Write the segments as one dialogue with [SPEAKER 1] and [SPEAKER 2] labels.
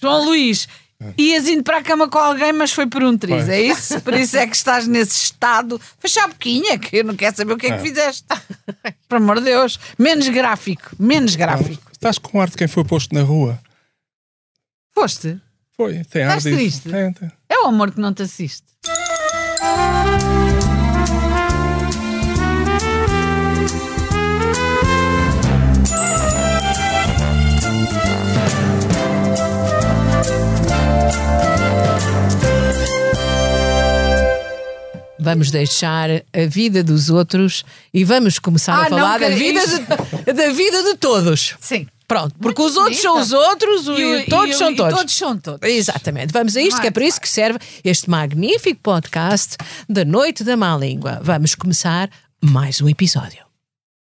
[SPEAKER 1] João Luís, ias indo para a cama com alguém, mas foi por um triz, é isso? Por isso é que estás nesse estado. Fecha a boquinha, que eu não quero saber o que é, que fizeste. Por amor de Deus. Menos gráfico, menos gráfico.
[SPEAKER 2] Estás com ar de quem foi posto na rua.
[SPEAKER 1] Foste.
[SPEAKER 2] Foi, tem ar
[SPEAKER 1] Estás
[SPEAKER 2] disso.
[SPEAKER 1] triste?
[SPEAKER 2] Tem, tem.
[SPEAKER 1] É o amor que não te assiste.
[SPEAKER 3] Vamos deixar a vida dos outros e vamos começar
[SPEAKER 1] Ah,
[SPEAKER 3] a falar
[SPEAKER 1] não,
[SPEAKER 3] da,
[SPEAKER 1] cara,
[SPEAKER 3] vida
[SPEAKER 1] isso-
[SPEAKER 3] de, da vida de todos.
[SPEAKER 1] Sim.
[SPEAKER 3] Pronto, porque
[SPEAKER 1] Muito
[SPEAKER 3] os
[SPEAKER 1] bonito.
[SPEAKER 3] outros são os outros e,
[SPEAKER 1] o-
[SPEAKER 3] todos
[SPEAKER 1] e o-
[SPEAKER 3] são
[SPEAKER 1] e
[SPEAKER 3] todos.
[SPEAKER 1] todos são todos.
[SPEAKER 3] Exatamente, vamos a isto, que é para isso que serve este magnífico podcast da Noite da Má Língua. Vamos começar mais um episódio.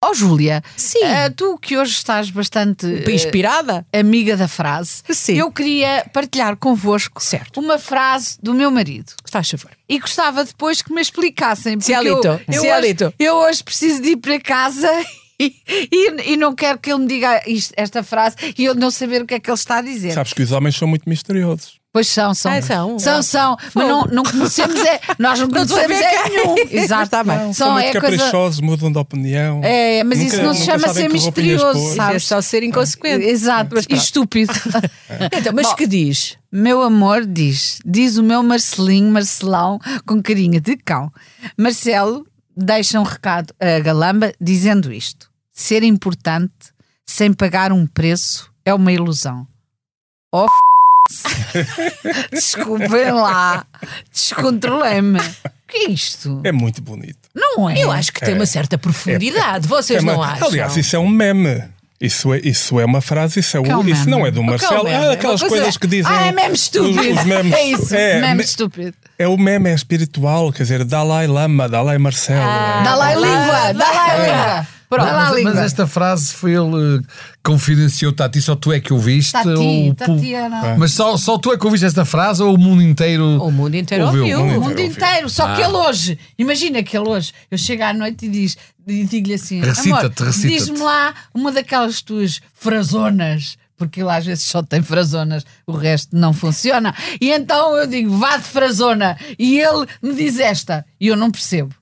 [SPEAKER 1] Ó Júlia,
[SPEAKER 3] Sim.
[SPEAKER 1] eh, tu que hoje estás bastante eh,
[SPEAKER 3] Inspirada?
[SPEAKER 1] amiga da frase,
[SPEAKER 3] Sim.
[SPEAKER 1] eu queria partilhar convosco
[SPEAKER 3] Certo.
[SPEAKER 1] uma frase do meu marido.
[SPEAKER 3] Faz favor.
[SPEAKER 1] E gostava depois que me explicassem. porque
[SPEAKER 3] Cielito,
[SPEAKER 1] eu, eu,
[SPEAKER 3] cielito.
[SPEAKER 1] hoje, eu hoje preciso de ir para casa e, e- e não quero que ele me diga isto- esta frase e eu não saber o que é que ele está a dizer.
[SPEAKER 2] Sabes que os homens são muito misteriosos.
[SPEAKER 1] Pois são, são.
[SPEAKER 3] Ah, são.
[SPEAKER 1] são. são. Mas não, não conhecemos é. Nós não
[SPEAKER 3] Não estou a
[SPEAKER 1] conhecemos
[SPEAKER 3] ver
[SPEAKER 1] é
[SPEAKER 3] quem.
[SPEAKER 1] nenhum. Exato,
[SPEAKER 3] Está bem.
[SPEAKER 1] São,
[SPEAKER 2] são muito
[SPEAKER 1] é coisa.
[SPEAKER 2] caprichosos, mudam de opinião.
[SPEAKER 1] É, mas
[SPEAKER 2] Nunca-
[SPEAKER 1] isso não se
[SPEAKER 2] nunca
[SPEAKER 1] chama
[SPEAKER 2] sabem
[SPEAKER 1] ser
[SPEAKER 2] que roupinhas
[SPEAKER 1] misterioso,
[SPEAKER 2] pôr.
[SPEAKER 3] É
[SPEAKER 1] sabes?
[SPEAKER 3] só ser inconsequente.
[SPEAKER 1] Exato, e estúpido.
[SPEAKER 3] Então, mas
[SPEAKER 1] Bom,
[SPEAKER 3] que diz?
[SPEAKER 1] Meu amor diz, diz o meu Marcelinho, Marcelão, com carinha de cão. Marcelo deixa um recado a Galamba dizendo isto: ser importante sem pagar um preço é uma ilusão. Oh, f... Desculpem lá, descontrolei-me. O que é isto?
[SPEAKER 2] É muito bonito.
[SPEAKER 1] Não é?
[SPEAKER 3] Eu acho que tem uma certa profundidade, vocês
[SPEAKER 2] É
[SPEAKER 3] não
[SPEAKER 2] uma-
[SPEAKER 3] acham?
[SPEAKER 2] Aliás, isso é um meme. Isso é, isso é uma frase, isso, é um-
[SPEAKER 1] Que é um
[SPEAKER 2] isso
[SPEAKER 1] meme?
[SPEAKER 2] não é do Marcelo.
[SPEAKER 3] meme?
[SPEAKER 2] Ah,
[SPEAKER 3] É uma
[SPEAKER 2] aquelas
[SPEAKER 3] coisa-
[SPEAKER 2] coisas que dizem.
[SPEAKER 1] Ah, é mesmo estúpido.
[SPEAKER 2] Os, os memes.
[SPEAKER 1] É isso,
[SPEAKER 2] é,
[SPEAKER 1] meme
[SPEAKER 2] me-
[SPEAKER 1] estúpido.
[SPEAKER 2] é o meme, é espiritual, quer dizer, Dalai Lama, Dalai Marcelo.
[SPEAKER 1] Dá lá a
[SPEAKER 2] é.
[SPEAKER 3] dá lá,
[SPEAKER 1] língua, dá Ah, lá a língua. Pronto, dá lá a
[SPEAKER 4] mas, mas
[SPEAKER 1] língua.
[SPEAKER 4] esta frase foi ele eh, confidenciou, Tati, só tu é que ouviste.
[SPEAKER 1] Tati,
[SPEAKER 4] ou,
[SPEAKER 1] Tatiana.
[SPEAKER 4] Mas só, só tu é que ouviste esta frase ou o mundo inteiro?
[SPEAKER 3] O mundo inteiro
[SPEAKER 4] Ouviu, Ah.
[SPEAKER 3] ouviu.
[SPEAKER 4] o mundo
[SPEAKER 1] O mundo
[SPEAKER 2] Inteiro,
[SPEAKER 1] inteiro, só que ele hoje, imagina que ele hoje, eu chego à noite e diz, e digo-lhe assim:
[SPEAKER 4] Recita-te,
[SPEAKER 1] amor,
[SPEAKER 4] recita-te."
[SPEAKER 1] diz-me lá uma daquelas tuas frazonas, porque ele às vezes só tem frazonas, o resto não funciona. E então eu digo, vá de frazona, e ele me diz esta, e eu não percebo.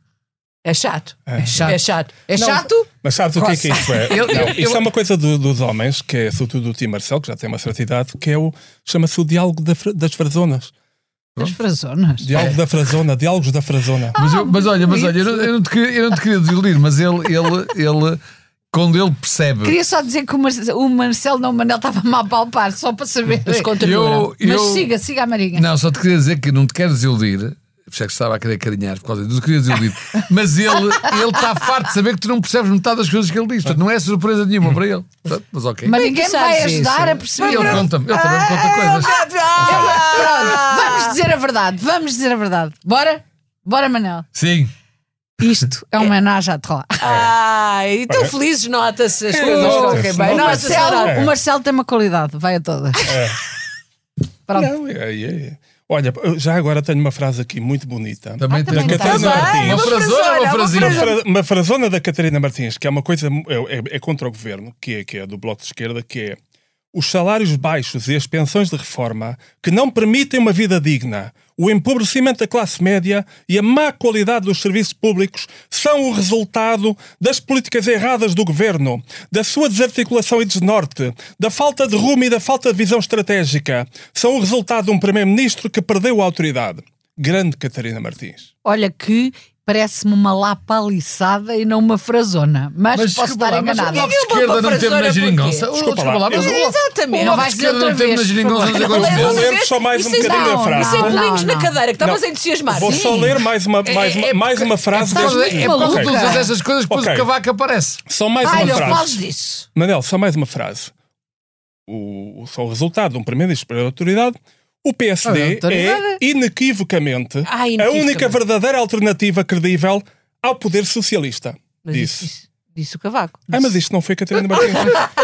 [SPEAKER 3] É chato. É
[SPEAKER 1] chato.
[SPEAKER 3] É chato.
[SPEAKER 1] É chato?
[SPEAKER 2] Mas sabes o que é que isso é?
[SPEAKER 4] Eu-
[SPEAKER 2] Não,
[SPEAKER 4] eu-
[SPEAKER 2] isso é uma coisa do- dos homens, que é sobretudo do Tim Marcelo, que já tem uma certa idade, que é o. chama-se o diálogo da fra- das frazonas.
[SPEAKER 1] As frazonas.
[SPEAKER 2] Diálogo da frazona, diálogos da frazona.
[SPEAKER 4] Mas, eu- mas olha, mas olha, eu, não- eu não te queria, eu não te queria desiludir, mas ele, ele, ele, quando ele percebe.
[SPEAKER 1] Queria só dizer que o, Mar- o Marcelo, não, o Manel estava-me a palpar, só para saber.
[SPEAKER 3] Mas continua.
[SPEAKER 4] Eu,
[SPEAKER 1] Mas
[SPEAKER 4] eu,
[SPEAKER 1] siga, siga a Marinha.
[SPEAKER 4] Não, só te queria dizer que não te quero desiludir. Por isso é que estava a querer carinhar por causa disso. Não queria desiludir. Mas ele ele está farto de saber que tu não percebes metade das coisas que ele diz. Portanto, não é surpresa nenhuma para ele. Portanto, Mas ok.
[SPEAKER 1] Mas
[SPEAKER 3] Bem
[SPEAKER 1] ninguém
[SPEAKER 3] que
[SPEAKER 1] me vai
[SPEAKER 3] sabes
[SPEAKER 1] ajudar
[SPEAKER 3] isso.
[SPEAKER 1] a perceber.
[SPEAKER 4] ele conta-me. Ele também me
[SPEAKER 1] Ah,
[SPEAKER 4] conta coisas. Ah.
[SPEAKER 1] Vamos dizer a verdade, vamos dizer a verdade. Bora? Bora, Manel.
[SPEAKER 4] Sim.
[SPEAKER 1] Isto é uma homenagem à Troá.
[SPEAKER 4] É.
[SPEAKER 3] Ai, então felizes nota-se as coisas
[SPEAKER 2] nota-se,
[SPEAKER 3] correm bem.
[SPEAKER 4] É
[SPEAKER 2] nota-se.
[SPEAKER 1] O
[SPEAKER 3] Nossa, saudade.
[SPEAKER 1] Marcelo, o Marcelo tem uma qualidade, vai a todas. Pronto.
[SPEAKER 2] Não, é, é, é. Olha, eu já agora tenho uma frase aqui muito bonita.
[SPEAKER 4] Também
[SPEAKER 1] também tem.
[SPEAKER 4] tem
[SPEAKER 1] Tá
[SPEAKER 2] bem,
[SPEAKER 4] Uma
[SPEAKER 2] uma
[SPEAKER 4] frasona, uma frasinha.
[SPEAKER 2] Uma fra- Uma frazona da Catarina Martins, que é uma coisa é, é- é contra o governo, que é, que é do Bloco de Esquerda, que é os salários baixos e as pensões de reforma que não permitem uma vida digna, o empobrecimento da classe média e a má qualidade dos serviços públicos são o resultado das políticas erradas do governo, da sua desarticulação e desnorte, da falta de rumo e da falta de visão estratégica. São o resultado de um primeiro-ministro que perdeu a autoridade. Grande Catarina Martins.
[SPEAKER 1] Olha que parece-me uma lapa aliçada e não uma frazona. Mas, posso
[SPEAKER 4] desculpa
[SPEAKER 1] estar
[SPEAKER 4] lá, mas
[SPEAKER 1] enganada.
[SPEAKER 4] O Bloco de
[SPEAKER 3] Eu vou
[SPEAKER 4] Esquerda
[SPEAKER 3] para
[SPEAKER 4] não teve
[SPEAKER 3] Frasona
[SPEAKER 4] na
[SPEAKER 3] porquê?
[SPEAKER 4] geringonça. Oh,
[SPEAKER 2] Desculpa lá,
[SPEAKER 4] mas
[SPEAKER 2] eu-
[SPEAKER 4] o Bloco-
[SPEAKER 3] Exatamente.
[SPEAKER 4] o
[SPEAKER 1] Não
[SPEAKER 4] Bloco de
[SPEAKER 1] vais dizer
[SPEAKER 4] Esquerda
[SPEAKER 1] outra
[SPEAKER 4] não teve
[SPEAKER 1] vez,
[SPEAKER 4] na
[SPEAKER 1] por
[SPEAKER 4] geringonça.
[SPEAKER 1] favor.
[SPEAKER 4] agora
[SPEAKER 2] Não,
[SPEAKER 4] o
[SPEAKER 2] vou
[SPEAKER 4] Bloco.
[SPEAKER 2] ler só mais um
[SPEAKER 3] é Isso é-
[SPEAKER 2] bocadinho a
[SPEAKER 3] não,
[SPEAKER 2] frase.
[SPEAKER 3] Isso é
[SPEAKER 1] Não,
[SPEAKER 3] bolinhos
[SPEAKER 1] não,
[SPEAKER 3] na
[SPEAKER 1] não.
[SPEAKER 3] cadeira, que estavas a entusiasmar.
[SPEAKER 2] Vou só
[SPEAKER 3] Sim.
[SPEAKER 2] ler mais uma,
[SPEAKER 3] É,
[SPEAKER 2] mais uma, mais uma frase.
[SPEAKER 1] estás
[SPEAKER 2] deste- tipo.
[SPEAKER 1] muito
[SPEAKER 4] É por causa
[SPEAKER 1] maluca.
[SPEAKER 4] de
[SPEAKER 2] Ok.
[SPEAKER 4] todas essas coisas que depois
[SPEAKER 2] Ok.
[SPEAKER 4] o cavaco aparece.
[SPEAKER 2] Só mais
[SPEAKER 1] Ai,
[SPEAKER 2] uma
[SPEAKER 1] não fales
[SPEAKER 2] frase.
[SPEAKER 1] disso.
[SPEAKER 2] Manel, só mais uma frase. O, o- só o resultado de um primeiro-ministro para a autoridade. O
[SPEAKER 1] Ah,
[SPEAKER 2] PSD
[SPEAKER 1] autoridade.
[SPEAKER 2] é, inequivocamente,
[SPEAKER 3] Ah,
[SPEAKER 2] a
[SPEAKER 3] inequivocamente.
[SPEAKER 2] única verdadeira alternativa credível ao poder socialista.
[SPEAKER 3] Mas
[SPEAKER 2] Disse.
[SPEAKER 3] isso- Disse o cavaco.
[SPEAKER 2] Ah, mas isto não foi Catarina Martins.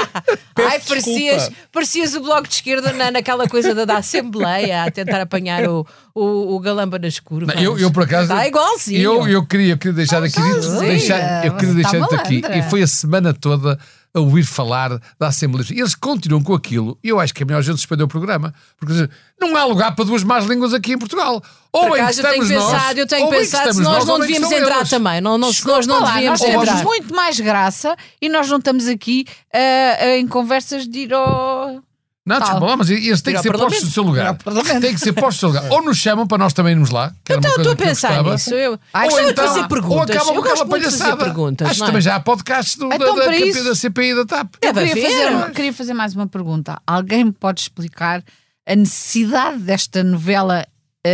[SPEAKER 2] Peço
[SPEAKER 3] Ai, parecias,
[SPEAKER 2] desculpa.
[SPEAKER 3] parecias o bloco de esquerda na, naquela coisa da, da Assembleia a tentar apanhar o, o, o galamba nas curvas.
[SPEAKER 4] Não, eu, eu, por acaso.
[SPEAKER 3] Está igualzinho.
[SPEAKER 4] Eu, eu, queria, eu queria deixar aqui dito.
[SPEAKER 1] sozinha,
[SPEAKER 4] deixar- eu queria
[SPEAKER 3] tá
[SPEAKER 1] você
[SPEAKER 4] deixar
[SPEAKER 1] está
[SPEAKER 4] dito aqui.
[SPEAKER 1] malandra.
[SPEAKER 4] E foi a semana toda a ouvir falar da Assembleia. Eles continuam com aquilo e eu acho que é melhor a gente suspender o programa. Porque quer dizer, não há lugar para duas más línguas aqui em Portugal. Ou
[SPEAKER 3] Por
[SPEAKER 4] em é
[SPEAKER 3] acaso,
[SPEAKER 4] que
[SPEAKER 3] eu tenho
[SPEAKER 4] estamos nós,
[SPEAKER 3] pensado, eu tenho
[SPEAKER 4] ou em que
[SPEAKER 3] pensado se
[SPEAKER 4] estamos
[SPEAKER 3] nós não
[SPEAKER 4] ou em que
[SPEAKER 3] devíamos
[SPEAKER 4] estão
[SPEAKER 3] entrar
[SPEAKER 4] eles.
[SPEAKER 3] também. Não, não, se nós não
[SPEAKER 1] Olá, nós
[SPEAKER 3] devíamos
[SPEAKER 1] temos
[SPEAKER 3] entrar.
[SPEAKER 1] muito mais graça e nós não estamos aqui ah, ah, em conversas de ir ao.
[SPEAKER 4] Não, desculpa lá, mas eles têm
[SPEAKER 3] Ir
[SPEAKER 4] que
[SPEAKER 3] ao
[SPEAKER 4] ser postos no seu lugar.
[SPEAKER 1] Parlamento.
[SPEAKER 4] Têm que ser postos no seu lugar. Ou nos chamam para nós também irmos lá. que era
[SPEAKER 3] Então,
[SPEAKER 4] uma
[SPEAKER 3] estou a
[SPEAKER 4] coisa que eu
[SPEAKER 3] pensar
[SPEAKER 4] gostava.
[SPEAKER 3] nisso. Eu
[SPEAKER 1] Ai,
[SPEAKER 4] ou
[SPEAKER 1] gostava
[SPEAKER 4] então,
[SPEAKER 3] de fazer
[SPEAKER 4] ou
[SPEAKER 3] perguntas.
[SPEAKER 4] acabam
[SPEAKER 3] Eu
[SPEAKER 4] com
[SPEAKER 3] gosto
[SPEAKER 4] aquela
[SPEAKER 3] muito de fazer
[SPEAKER 4] palhaçada.
[SPEAKER 3] perguntas,
[SPEAKER 4] Acho que
[SPEAKER 3] não é?
[SPEAKER 4] também já há podcasts do,
[SPEAKER 1] Então,
[SPEAKER 4] da, da,
[SPEAKER 1] para
[SPEAKER 4] campi-
[SPEAKER 1] isso-
[SPEAKER 4] da CPI e da TAP.
[SPEAKER 1] Eu
[SPEAKER 3] Deve
[SPEAKER 1] queria fazer,
[SPEAKER 3] haver.
[SPEAKER 1] queria fazer mais uma pergunta. Alguém me pode explicar a necessidade desta novela ah,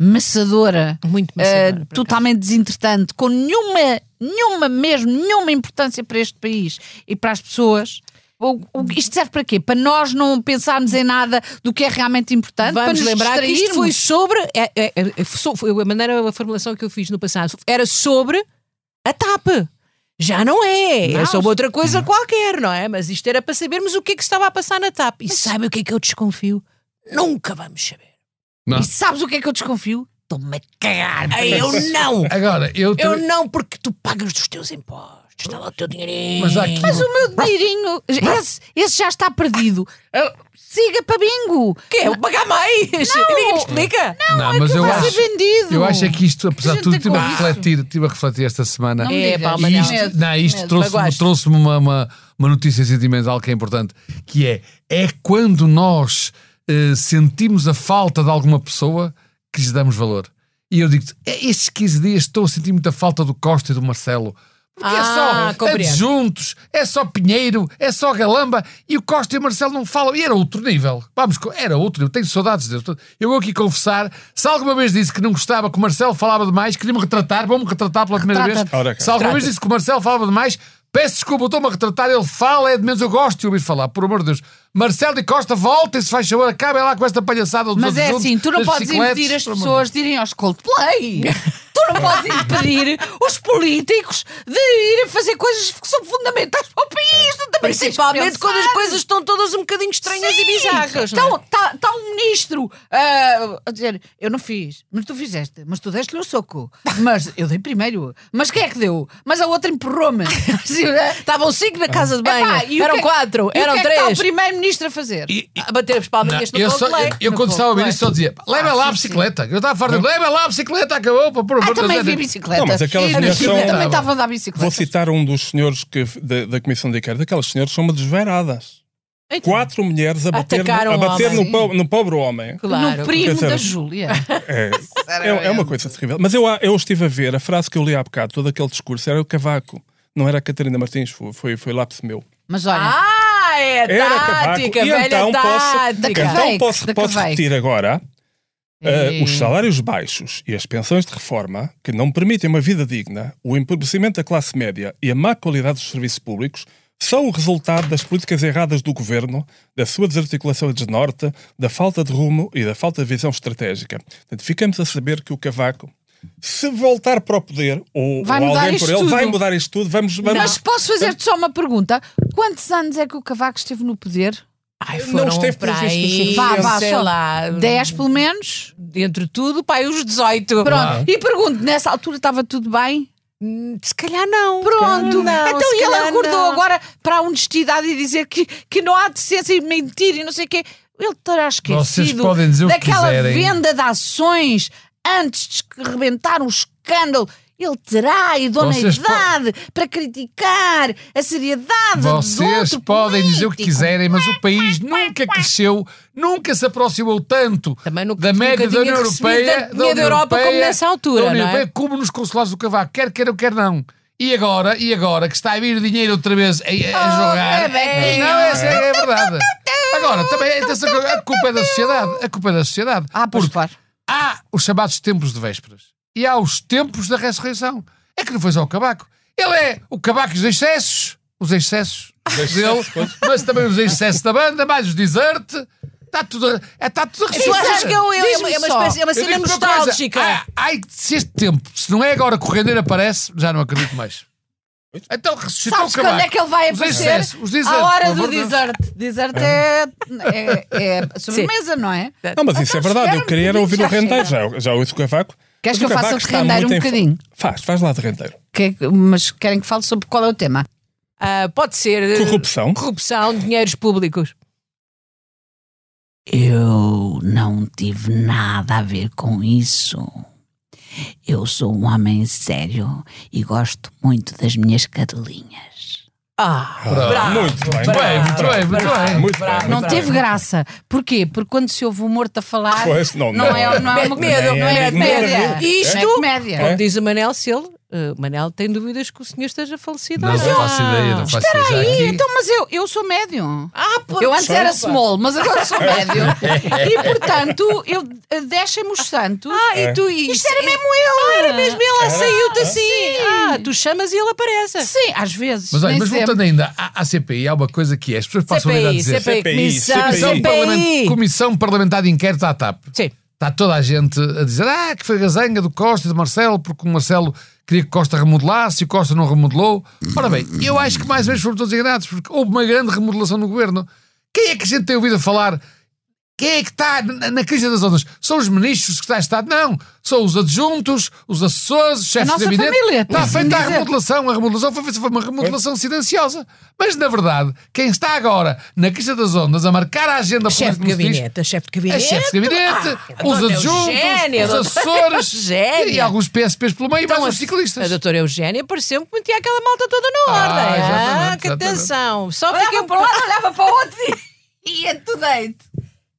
[SPEAKER 1] maçadora,
[SPEAKER 3] Muito
[SPEAKER 1] ah,
[SPEAKER 3] maçadora, por acaso.
[SPEAKER 1] totalmente desentretante, com nenhuma, nenhuma mesmo, nenhuma importância para este país e para as pessoas? O- o- isto serve para quê? Para nós não pensarmos em nada do que é realmente importante? para
[SPEAKER 3] Vamos
[SPEAKER 1] nos
[SPEAKER 3] lembrar que isto foi
[SPEAKER 1] distrairmos?
[SPEAKER 3] sobre. é- é- é- so- foi a maneira, a formulação que eu fiz no passado era sobre a TAP. Já não é.
[SPEAKER 1] Não.
[SPEAKER 3] É sobre outra coisa qualquer, não é? Mas isto era para sabermos o que é que estava a passar na TAP. E sabe o que é que eu desconfio? Nunca vamos saber.
[SPEAKER 4] Não.
[SPEAKER 1] E sabes o que é que eu desconfio? Estou-me a cagar. para
[SPEAKER 3] Ei, Eu
[SPEAKER 1] isso.
[SPEAKER 3] não!
[SPEAKER 4] Agora, eu,
[SPEAKER 3] Eu
[SPEAKER 4] também.
[SPEAKER 3] não, porque tu pagas os teus impostos, está lá o teu dinheirinho.
[SPEAKER 4] Mas há aqui
[SPEAKER 1] Mas o meu dinheirinho, Ah. esse, esse já está perdido. Ah, Siga para bingo.
[SPEAKER 3] é O quê? Eu pagar mais? Ninguém me explica.
[SPEAKER 4] Não, mas eu
[SPEAKER 1] vai ser
[SPEAKER 4] acho,
[SPEAKER 1] vendido.
[SPEAKER 4] eu acho é que isto, apesar de
[SPEAKER 1] gente
[SPEAKER 4] tudo,
[SPEAKER 1] tem
[SPEAKER 4] estive a
[SPEAKER 1] com isso.
[SPEAKER 4] refletir, estive a refletir esta semana.
[SPEAKER 1] Não
[SPEAKER 4] E
[SPEAKER 1] me
[SPEAKER 3] É,
[SPEAKER 1] digas.
[SPEAKER 3] pá, mas
[SPEAKER 4] isto-
[SPEAKER 3] não.
[SPEAKER 1] Medo,
[SPEAKER 4] não, isto
[SPEAKER 1] medo.
[SPEAKER 4] trouxe-me
[SPEAKER 3] Magoaste.
[SPEAKER 4] trouxe uma, uma, uma notícia sentimental que é importante, que é, é quando nós eh, sentimos a falta de alguma pessoa que lhes damos valor. E eu digo-te, é, estes 15 dias estou a sentir muita falta do Costa e do Marcelo. Porque
[SPEAKER 3] Ah,
[SPEAKER 4] é só
[SPEAKER 3] compreendo.
[SPEAKER 4] é juntos, é só Pinheiro, é só Galamba, e o Costa e o Marcelo não falam. E era outro nível. Vamos, co- era outro nível. Tenho saudades deles. Eu vou aqui confessar, se alguma vez disse que não gostava que o Marcelo falava demais, queria-me retratar, vou-me retratar pela primeira vez.
[SPEAKER 1] Retrata-te.
[SPEAKER 2] Ora, cara.
[SPEAKER 4] Se alguma vez disse que o Marcelo falava demais, peço desculpa, eu estou-me a retratar, ele fala, é de menos eu gosto de ouvir falar, por amor de Deus. Marcelo e Costa, voltem-se, faz favor, acabem lá com esta palhaçada dos
[SPEAKER 1] Mas
[SPEAKER 4] outros
[SPEAKER 1] é
[SPEAKER 4] juntos,
[SPEAKER 1] assim, tu não
[SPEAKER 4] das
[SPEAKER 1] podes
[SPEAKER 4] bicicletas,
[SPEAKER 1] impedir as
[SPEAKER 4] por amor de
[SPEAKER 1] pessoas de irem aos Coldplay. tu não podes impedir os políticos de irem fazer coisas que são fundamentais para o país. Tu também tens de
[SPEAKER 3] Principalmente quando as
[SPEAKER 1] pensar.
[SPEAKER 3] coisas estão todas um bocadinho estranhas e bizarras. não é?
[SPEAKER 1] Então, está tá um ministro ah, a dizer: Eu não fiz, mas tu fizeste, mas tu deste-lhe um soco, mas eu dei primeiro, mas quem é que deu? Mas a outra empurrou-me. Assim, né?
[SPEAKER 3] Estavam um cinco na casa de banho,
[SPEAKER 1] Epá, e o
[SPEAKER 3] eram
[SPEAKER 1] que-
[SPEAKER 3] quatro,
[SPEAKER 1] e o
[SPEAKER 3] eram
[SPEAKER 1] que é que está
[SPEAKER 3] três.
[SPEAKER 1] o primeiro-ministro a fazer?
[SPEAKER 3] A bater as palminhas
[SPEAKER 4] eu,
[SPEAKER 3] no
[SPEAKER 4] só,
[SPEAKER 3] colo de
[SPEAKER 4] eu,
[SPEAKER 3] leite.
[SPEAKER 4] eu quando
[SPEAKER 1] No
[SPEAKER 4] estava a ouvir
[SPEAKER 1] Coldplay.
[SPEAKER 4] isso só dizia, "Pá, leva
[SPEAKER 1] Ah,
[SPEAKER 4] lá a
[SPEAKER 1] sim, sim.
[SPEAKER 4] bicicleta. Eu estava farto, leva lá a bicicleta, acabou, pá, por amor
[SPEAKER 1] Ah,
[SPEAKER 4] de Deus,
[SPEAKER 1] também
[SPEAKER 4] é-
[SPEAKER 1] vi bicicleta.
[SPEAKER 2] Não, mas aquelas
[SPEAKER 1] A minha
[SPEAKER 4] mulheres
[SPEAKER 1] filha
[SPEAKER 4] são-
[SPEAKER 1] também estava a dar bicicleta.
[SPEAKER 2] Vou citar um dos senhores que, da, da Comissão de Inquérito. Aquelas senhoras são uma desveradas.
[SPEAKER 3] Então,
[SPEAKER 2] Quatro mulheres a bater, no,
[SPEAKER 3] Atacaram
[SPEAKER 2] a
[SPEAKER 3] o
[SPEAKER 2] bater no,
[SPEAKER 1] homem.
[SPEAKER 2] po- no pobre homem.
[SPEAKER 1] No primo
[SPEAKER 2] Quer dizer-
[SPEAKER 1] da Júlia.
[SPEAKER 2] É, é, é uma coisa terrível. Mas eu, eu estive a ver, a frase que eu li há bocado, todo aquele discurso, era o Cavaco. Não era a Catarina Martins, foi, foi, foi lápis meu.
[SPEAKER 1] Mas olha,
[SPEAKER 3] Ah, é
[SPEAKER 2] Era
[SPEAKER 3] tática,
[SPEAKER 2] Cavaco.
[SPEAKER 3] velha
[SPEAKER 2] E então posso,
[SPEAKER 3] tática.
[SPEAKER 1] Da
[SPEAKER 2] então
[SPEAKER 1] Caveique,
[SPEAKER 2] posso,
[SPEAKER 1] da
[SPEAKER 2] posso
[SPEAKER 1] Caveique.
[SPEAKER 2] repetir agora. ah,
[SPEAKER 1] Ei.
[SPEAKER 2] os salários baixos e as pensões de reforma, que não permitem uma vida digna, o empobrecimento da classe média e a má qualidade dos serviços públicos são o resultado das políticas erradas do governo, da sua desarticulação e desnorte, da falta de rumo e da falta de visão estratégica. Portanto, ficamos a saber que o Cavaco, se voltar para o poder, ou,
[SPEAKER 1] Vai
[SPEAKER 2] ou
[SPEAKER 1] mudar
[SPEAKER 2] alguém por
[SPEAKER 1] isto
[SPEAKER 2] ele, vai
[SPEAKER 1] tudo.
[SPEAKER 2] mudar isto tudo, vamos... vamos
[SPEAKER 1] mas posso fazer-te só uma pergunta? Quantos anos é que o Cavaco esteve no poder?
[SPEAKER 3] Ai,
[SPEAKER 2] Não
[SPEAKER 3] foram
[SPEAKER 2] esteve
[SPEAKER 3] para
[SPEAKER 2] previsto
[SPEAKER 3] aí,
[SPEAKER 2] suficiente.
[SPEAKER 1] Vá, vá,
[SPEAKER 3] sei
[SPEAKER 1] só
[SPEAKER 3] lá,
[SPEAKER 1] 10 pelo menos?
[SPEAKER 3] entre tudo, pai, os 18.
[SPEAKER 1] Pronto. E pergunto, nessa altura estava tudo bem?
[SPEAKER 3] Hum, Se calhar não.
[SPEAKER 1] Pronto.
[SPEAKER 3] Se calhar não,
[SPEAKER 1] então
[SPEAKER 3] se
[SPEAKER 1] ele
[SPEAKER 3] calhar
[SPEAKER 1] acordou
[SPEAKER 3] não.
[SPEAKER 1] agora para a honestidade e dizer que, que não há decência e mentir e não sei o quê. Ele terá esquecido
[SPEAKER 4] Vocês podem dizer o que
[SPEAKER 1] daquela
[SPEAKER 4] quiserem.
[SPEAKER 1] venda de ações antes de rebentar um escândalo. Ele terá
[SPEAKER 4] Vocês po-
[SPEAKER 1] idoneidade para criticar a seriedade do
[SPEAKER 4] Vocês
[SPEAKER 1] outro
[SPEAKER 4] podem dizer o que
[SPEAKER 1] político.
[SPEAKER 4] quiserem, mas o país nunca cresceu, nunca se aproximou tanto
[SPEAKER 3] Também nunca-
[SPEAKER 4] da média
[SPEAKER 3] nunca
[SPEAKER 4] da União
[SPEAKER 3] tinha recebido
[SPEAKER 4] Europeia,
[SPEAKER 3] tanto dinheiro da Europa como nessa altura,
[SPEAKER 4] da União
[SPEAKER 3] não é?
[SPEAKER 4] Europeia, como nos consulados do Cavaco, quer queira ou quer não. E agora, e agora, que está a vir o dinheiro outra vez a, a jogar.
[SPEAKER 1] é bem.
[SPEAKER 4] não, essa é, é verdade. Agora, também atenção, a culpa é da sociedade. A culpa é da sociedade.
[SPEAKER 1] Ah, pois
[SPEAKER 4] Porque
[SPEAKER 1] claro.
[SPEAKER 4] há os chamados tempos de vésperas e há os tempos da ressurreição. É que não foi só o cabaco. Ele é o cabaco e os excessos, os excessos dele, mas também os excessos da banda, mais os desert. Está tudo a, é, está tudo a
[SPEAKER 3] Tu achas que é, um- é
[SPEAKER 1] Diz-me
[SPEAKER 3] uma- é uma
[SPEAKER 1] só.
[SPEAKER 3] espécie, é uma
[SPEAKER 4] Eu
[SPEAKER 3] cena
[SPEAKER 4] digo-te uma coisa,
[SPEAKER 3] nostálgica?
[SPEAKER 4] ah, ai, se este tempo, se não é agora que o Renner aparece, já não acredito mais. Então ressuscitou
[SPEAKER 1] Sabes
[SPEAKER 4] o cabaco.
[SPEAKER 1] quando é que ele vai
[SPEAKER 4] os
[SPEAKER 1] aparecer?
[SPEAKER 4] excessos, os desert,
[SPEAKER 1] A
[SPEAKER 4] pelo
[SPEAKER 1] hora do
[SPEAKER 4] amor de Deus.
[SPEAKER 1] dessert. Dessert é, é, é a sobremesa, não é?
[SPEAKER 2] Não, mas isso é verdade. Eu
[SPEAKER 1] espera-me,
[SPEAKER 2] queria era ouvir o
[SPEAKER 1] já
[SPEAKER 2] rendeiro.
[SPEAKER 1] chega.
[SPEAKER 2] Já, já ouço o Cavaco.
[SPEAKER 1] Queres
[SPEAKER 2] Mas
[SPEAKER 1] que
[SPEAKER 2] o
[SPEAKER 1] eu faça
[SPEAKER 2] Cavaco
[SPEAKER 1] de
[SPEAKER 2] está
[SPEAKER 1] rendeiro
[SPEAKER 2] muito
[SPEAKER 1] um
[SPEAKER 2] em-
[SPEAKER 1] bocadinho?
[SPEAKER 2] Faz, faz lá de rendeiro.
[SPEAKER 1] Que- mas querem que fale sobre qual é o tema?
[SPEAKER 3] Ah, pode ser eh,
[SPEAKER 2] Corrupção.
[SPEAKER 3] corrupção, dinheiros públicos.
[SPEAKER 1] Eu não tive nada a ver com isso. Eu sou um homem sério e gosto muito das minhas cadelinhas.
[SPEAKER 3] Ah, bravo.
[SPEAKER 2] Muito bem.
[SPEAKER 3] Bravo.
[SPEAKER 4] Bem, muito bem, muito bem.
[SPEAKER 2] Muito bem.
[SPEAKER 1] Não
[SPEAKER 2] muito bem.
[SPEAKER 1] teve graça. Porquê? Porque quando se ouve o morto a falar,
[SPEAKER 2] Pois, não,
[SPEAKER 1] não,
[SPEAKER 2] não.
[SPEAKER 1] é, não é
[SPEAKER 3] Mete
[SPEAKER 1] uma
[SPEAKER 3] medo,
[SPEAKER 1] não é
[SPEAKER 2] mete medo.
[SPEAKER 1] comédia.
[SPEAKER 3] Isto-
[SPEAKER 1] Não é comédia.
[SPEAKER 3] Como diz o Manel, se ele. eh, o Manel tem dúvidas que o senhor esteja falecido.
[SPEAKER 4] Não,
[SPEAKER 3] ou
[SPEAKER 4] não faço ideia, não faço ideia. Já
[SPEAKER 1] Ih,
[SPEAKER 4] aqui-
[SPEAKER 1] então, mas eu, eu sou médium.
[SPEAKER 3] Ah, por
[SPEAKER 1] Eu antes
[SPEAKER 3] desculpa.
[SPEAKER 1] era small, mas agora sou médium. e portanto, eu eh, deixem-me os santos. É.
[SPEAKER 3] Ah, e tu. E, Ah,
[SPEAKER 1] Isto era mesmo ele!
[SPEAKER 3] era mesmo ele,
[SPEAKER 4] É?
[SPEAKER 3] saiu-te assim. Ah, tu chamas e ele aparece.
[SPEAKER 1] Sim, às vezes.
[SPEAKER 4] Mas olha,
[SPEAKER 1] nem
[SPEAKER 4] mas
[SPEAKER 1] sempre.
[SPEAKER 4] voltando ainda à, à CPI, há uma coisa que é: as pessoas passam a vida a
[SPEAKER 3] CPI,
[SPEAKER 4] dizer.
[SPEAKER 3] CPI,
[SPEAKER 2] CPI,
[SPEAKER 3] Comissão,
[SPEAKER 2] CPI.
[SPEAKER 4] Comissão, Parlamentar,
[SPEAKER 3] CPI.
[SPEAKER 4] Comissão Parlamentar de Inquérito à TAP.
[SPEAKER 3] Sim.
[SPEAKER 4] Está Tá toda a gente a dizer ah, que foi gazanga do Costa e do Marcelo, porque o Marcelo queria que Costa remodelasse e o Costa não remodelou. Ora bem, eu acho que mais uma vez fomos todos enganados, porque houve uma grande remodelação no governo. Quem é que a gente tem ouvido falar? Quem é que está na, na crise das ondas? São os ministros, os secretários de Estado? Não. São os adjuntos, os assessores, os chefes de
[SPEAKER 1] nossa
[SPEAKER 4] gabinete.
[SPEAKER 1] família,
[SPEAKER 4] Está
[SPEAKER 1] tem-se de
[SPEAKER 4] feita a
[SPEAKER 1] dizer.
[SPEAKER 4] remodelação. A remodelação foi, foi uma remodelação silenciosa. Mas, na verdade, quem está agora na crise das ondas a marcar a agenda
[SPEAKER 3] A chefe de
[SPEAKER 4] política dos ministros,
[SPEAKER 3] gabinete, a chefe de gabinete.
[SPEAKER 4] é chefe de gabinete,
[SPEAKER 3] Ah,
[SPEAKER 4] os
[SPEAKER 3] doutora
[SPEAKER 4] adjuntos,
[SPEAKER 3] Eugénia,
[SPEAKER 4] os
[SPEAKER 3] doutora
[SPEAKER 4] assessores
[SPEAKER 3] Eugénia.
[SPEAKER 4] e alguns PSPs pelo meio,
[SPEAKER 3] é um Então,
[SPEAKER 4] mais
[SPEAKER 3] a-
[SPEAKER 4] os
[SPEAKER 3] A
[SPEAKER 4] ciclistas.
[SPEAKER 3] doutora Eugénia pareceu-me que metia aquela malta toda na
[SPEAKER 4] Ah,
[SPEAKER 3] ordem. Ah,
[SPEAKER 4] exatamente,
[SPEAKER 3] que
[SPEAKER 4] exatamente.
[SPEAKER 3] atenção. Só
[SPEAKER 1] Olhava
[SPEAKER 3] fiquei um
[SPEAKER 1] para um lado, olhava para o outro e ia tudo deito.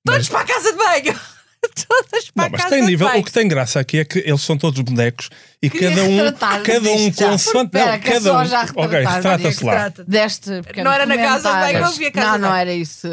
[SPEAKER 3] todos para a casa de banho. Todas para
[SPEAKER 2] Não,
[SPEAKER 3] a
[SPEAKER 2] mas
[SPEAKER 3] casa
[SPEAKER 2] tem
[SPEAKER 3] de
[SPEAKER 2] nível.
[SPEAKER 3] banho.
[SPEAKER 2] O que tem graça aqui é que eles são todos bonecos e
[SPEAKER 1] Queria
[SPEAKER 2] cada um,
[SPEAKER 1] retratar-me
[SPEAKER 2] cada um
[SPEAKER 1] disto já.
[SPEAKER 2] consoante.
[SPEAKER 1] Espera,
[SPEAKER 2] Não,
[SPEAKER 1] que é
[SPEAKER 2] cada
[SPEAKER 1] só
[SPEAKER 2] um.
[SPEAKER 1] já
[SPEAKER 2] ok,
[SPEAKER 1] retratar,
[SPEAKER 2] retrata-se
[SPEAKER 1] Maria,
[SPEAKER 2] lá.
[SPEAKER 1] que trata. Deste pequeno
[SPEAKER 3] Não era na casa de banho,
[SPEAKER 1] comentário.
[SPEAKER 3] eu vi a casa
[SPEAKER 1] Não,
[SPEAKER 3] de
[SPEAKER 1] não
[SPEAKER 3] banho.
[SPEAKER 1] era isso.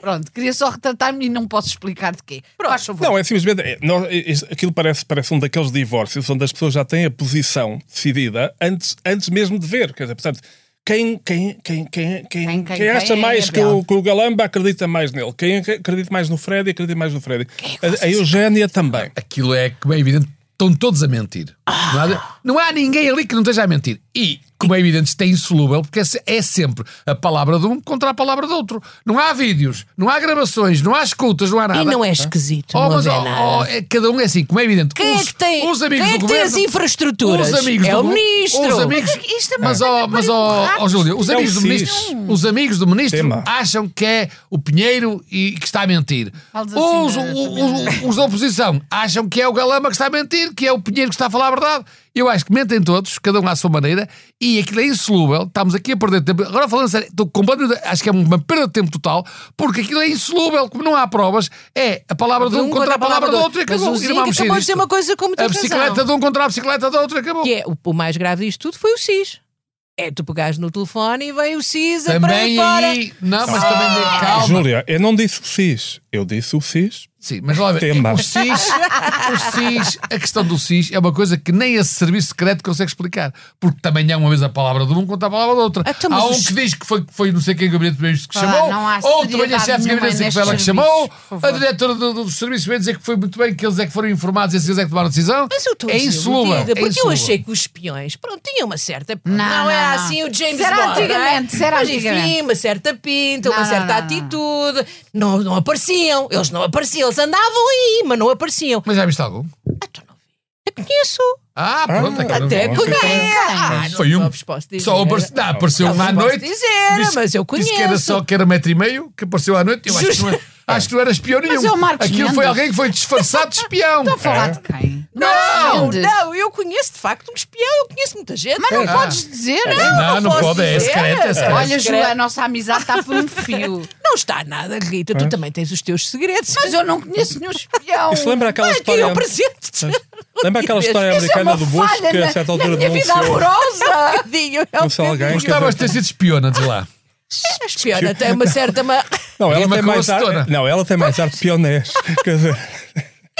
[SPEAKER 1] Pronto, queria só retratar-me e não posso explicar de quê. Faz favor.
[SPEAKER 2] Não, é simplesmente. é, nós- é, é, aquilo parece, parece um daqueles divórcios onde as pessoas já têm a posição decidida antes, antes mesmo de ver. Quer dizer, portanto, quem, quem, quem, quem, quem,
[SPEAKER 1] Quem- quem-
[SPEAKER 2] quem,
[SPEAKER 1] quem
[SPEAKER 2] acha
[SPEAKER 1] é
[SPEAKER 2] mais que
[SPEAKER 1] Abel?
[SPEAKER 2] o, que o Galamba acredita mais nele? Quem ac- acredita mais no Freddy acredita mais no Freddy?
[SPEAKER 1] é
[SPEAKER 2] A, a Eugénia também.
[SPEAKER 4] Aquilo é, como é evidente, estão todos a mentir. Não, há, não há ninguém ali que não esteja a mentir. E, como é evidente, isto é insolúvel, porque é se- é sempre a palavra de um contra a palavra do outro. Não há vídeos, não há gravações, não há escutas, não há nada.
[SPEAKER 3] E não é esquisito,
[SPEAKER 4] Oh,
[SPEAKER 3] não
[SPEAKER 4] mas,
[SPEAKER 3] haver
[SPEAKER 4] oh,
[SPEAKER 3] nada.
[SPEAKER 4] oh, é- cada um é assim, como é evidente.
[SPEAKER 3] Quem
[SPEAKER 4] os,
[SPEAKER 3] é que tem,
[SPEAKER 4] os amigos
[SPEAKER 3] quem é que
[SPEAKER 4] do
[SPEAKER 3] tem as
[SPEAKER 4] governo,
[SPEAKER 3] infraestruturas?
[SPEAKER 4] Os amigos
[SPEAKER 3] é
[SPEAKER 4] do
[SPEAKER 3] o
[SPEAKER 4] governo-
[SPEAKER 3] ministro.
[SPEAKER 4] Os amigos,
[SPEAKER 1] Mas é que isto é uma
[SPEAKER 4] mas,
[SPEAKER 1] coisa
[SPEAKER 4] ó,
[SPEAKER 1] que
[SPEAKER 4] mas
[SPEAKER 1] parece um
[SPEAKER 4] ó,
[SPEAKER 1] rato.
[SPEAKER 4] ó, Júlio, os
[SPEAKER 2] É um
[SPEAKER 4] amigos, do
[SPEAKER 2] cis.
[SPEAKER 4] ministro, os amigos do ministro
[SPEAKER 2] Tema.
[SPEAKER 4] acham que é o Pinheiro e que está a mentir.
[SPEAKER 1] Fales assim
[SPEAKER 4] Os,
[SPEAKER 1] da-
[SPEAKER 4] o- o- os da oposição acham que é o Galama que está a mentir, que é o Pinheiro que está a falar a verdade. Eu acho que mentem todos, cada um à sua maneira, e aquilo é insolúvel. Estamos aqui a perder tempo. Agora falando sério, estou completamente. Acho que é uma perda de tempo total, porque aquilo é insolúvel, como não há provas, é a palavra de um, contra a palavra do outro e
[SPEAKER 3] Mas
[SPEAKER 4] acabou.
[SPEAKER 3] o
[SPEAKER 4] E não
[SPEAKER 3] Zico
[SPEAKER 4] vamos sair
[SPEAKER 3] acabou de
[SPEAKER 4] disto.
[SPEAKER 3] dizer uma coisa com muita
[SPEAKER 4] A bicicleta
[SPEAKER 3] razão.
[SPEAKER 4] de um contra a bicicleta do outro e acabou.
[SPEAKER 3] Que é, o, o mais grave disto tudo foi o SIS. É, tu pegares no telefone e vem o SIS a para aí
[SPEAKER 4] Também
[SPEAKER 3] fora. Ah.
[SPEAKER 4] aí. Não, mas também. Calma.
[SPEAKER 2] Júlia, eu não disse o CIS. Eu disse o CIS.
[SPEAKER 4] Sim, mas lá ver,
[SPEAKER 2] Tema.
[SPEAKER 4] o SIS, o SIS, a questão do SIS é uma coisa que nem esse serviço secreto consegue explicar. Porque também há uma vez a palavra de um contra a palavra da outra.
[SPEAKER 3] Ah, então, mas
[SPEAKER 4] há um
[SPEAKER 3] os-
[SPEAKER 4] que diz que foi, foi não sei quem gabinete de ministros que
[SPEAKER 1] Ah,
[SPEAKER 4] chamou,
[SPEAKER 1] não há
[SPEAKER 4] ou também a
[SPEAKER 1] seriedade
[SPEAKER 4] chefe de gabinete
[SPEAKER 1] nenhuma
[SPEAKER 4] de ela que
[SPEAKER 1] nestes
[SPEAKER 4] chamou,
[SPEAKER 1] serviços, por
[SPEAKER 4] a
[SPEAKER 1] favor.
[SPEAKER 4] diretora do, do, do serviço veio dizer que foi muito bem, que eles é que foram informados e esses é que tomaram a decisão.
[SPEAKER 3] Mas eu estou
[SPEAKER 4] é insolúvel.
[SPEAKER 3] desiludida,
[SPEAKER 4] é
[SPEAKER 3] porque eu
[SPEAKER 4] insolúvel.
[SPEAKER 3] achei que os espiões, pronto, tinham uma certa. Não,
[SPEAKER 1] não,
[SPEAKER 3] era
[SPEAKER 1] não.
[SPEAKER 3] assim o James
[SPEAKER 1] Será
[SPEAKER 3] Bond.
[SPEAKER 1] antigamente,
[SPEAKER 3] não é?
[SPEAKER 1] será
[SPEAKER 3] Mas,
[SPEAKER 1] antigamente.
[SPEAKER 3] enfim, uma certa pinta,
[SPEAKER 1] Não,
[SPEAKER 3] uma
[SPEAKER 1] não,
[SPEAKER 3] certa atitude. Não, não apareciam, eles não apareciam, eles andavam aí, mas não apareciam.
[SPEAKER 4] Mas já viste algum?
[SPEAKER 3] Ah, tu não vi. Eu conheço.
[SPEAKER 4] Ah, pronto, aquela-
[SPEAKER 3] Até
[SPEAKER 2] não,
[SPEAKER 3] peguei.
[SPEAKER 4] não.
[SPEAKER 3] Ah, não
[SPEAKER 4] Foi um-
[SPEAKER 3] vos posso dizer.
[SPEAKER 4] Só apareceu, não, apareceu
[SPEAKER 3] Não
[SPEAKER 4] um à
[SPEAKER 3] posso
[SPEAKER 4] noite.
[SPEAKER 3] dizer, mas eu
[SPEAKER 4] Disse que era
[SPEAKER 3] conheço.
[SPEAKER 4] só que era metro e meio, que apareceu à noite. Eu acho que, não, é- acho que não era espião nenhum.
[SPEAKER 1] é o Marcos
[SPEAKER 4] Aquilo foi
[SPEAKER 1] Mendes.
[SPEAKER 4] alguém que foi disfarçado de espião.
[SPEAKER 1] Estou a falar
[SPEAKER 2] é.
[SPEAKER 1] de quem?
[SPEAKER 3] Não,
[SPEAKER 1] Mendes.
[SPEAKER 3] não, eu conheço de facto um espião, eu conheço muita gente. Mas
[SPEAKER 2] É.
[SPEAKER 1] Não podes dizer, não.
[SPEAKER 4] Não, não
[SPEAKER 3] posso
[SPEAKER 4] pode, é
[SPEAKER 3] dizer.
[SPEAKER 4] secreto, é secreto.
[SPEAKER 1] Olha, Ju,
[SPEAKER 3] Escreve.
[SPEAKER 1] a nossa amizade está por um fio.
[SPEAKER 3] Não está nada, Rita, tu também tens os teus segredos.
[SPEAKER 1] Mas eu não conheço nenhum espião.
[SPEAKER 2] Isso lembra aquela
[SPEAKER 3] Vai aqui,
[SPEAKER 2] história.
[SPEAKER 3] eu presente-te.
[SPEAKER 2] Lembra aquela história
[SPEAKER 1] Isso é
[SPEAKER 2] americana
[SPEAKER 1] uma
[SPEAKER 2] do Bush
[SPEAKER 1] falha
[SPEAKER 2] que
[SPEAKER 1] na,
[SPEAKER 2] a certa
[SPEAKER 1] na
[SPEAKER 2] altura
[SPEAKER 1] minha vida
[SPEAKER 2] denunciou.
[SPEAKER 1] amorosa.
[SPEAKER 3] Tadinho, é um
[SPEAKER 2] Não sei, alguém
[SPEAKER 3] bocadinho.
[SPEAKER 2] que-
[SPEAKER 4] Gostavas de ter sido espiona, diz lá.
[SPEAKER 3] A espiona tem uma certa. ma-
[SPEAKER 2] Não,
[SPEAKER 4] Ele
[SPEAKER 2] ela tem
[SPEAKER 4] marcou
[SPEAKER 2] mais
[SPEAKER 4] a setora.
[SPEAKER 2] arte. Não, ela tem mais arte pionés. Quer dizer,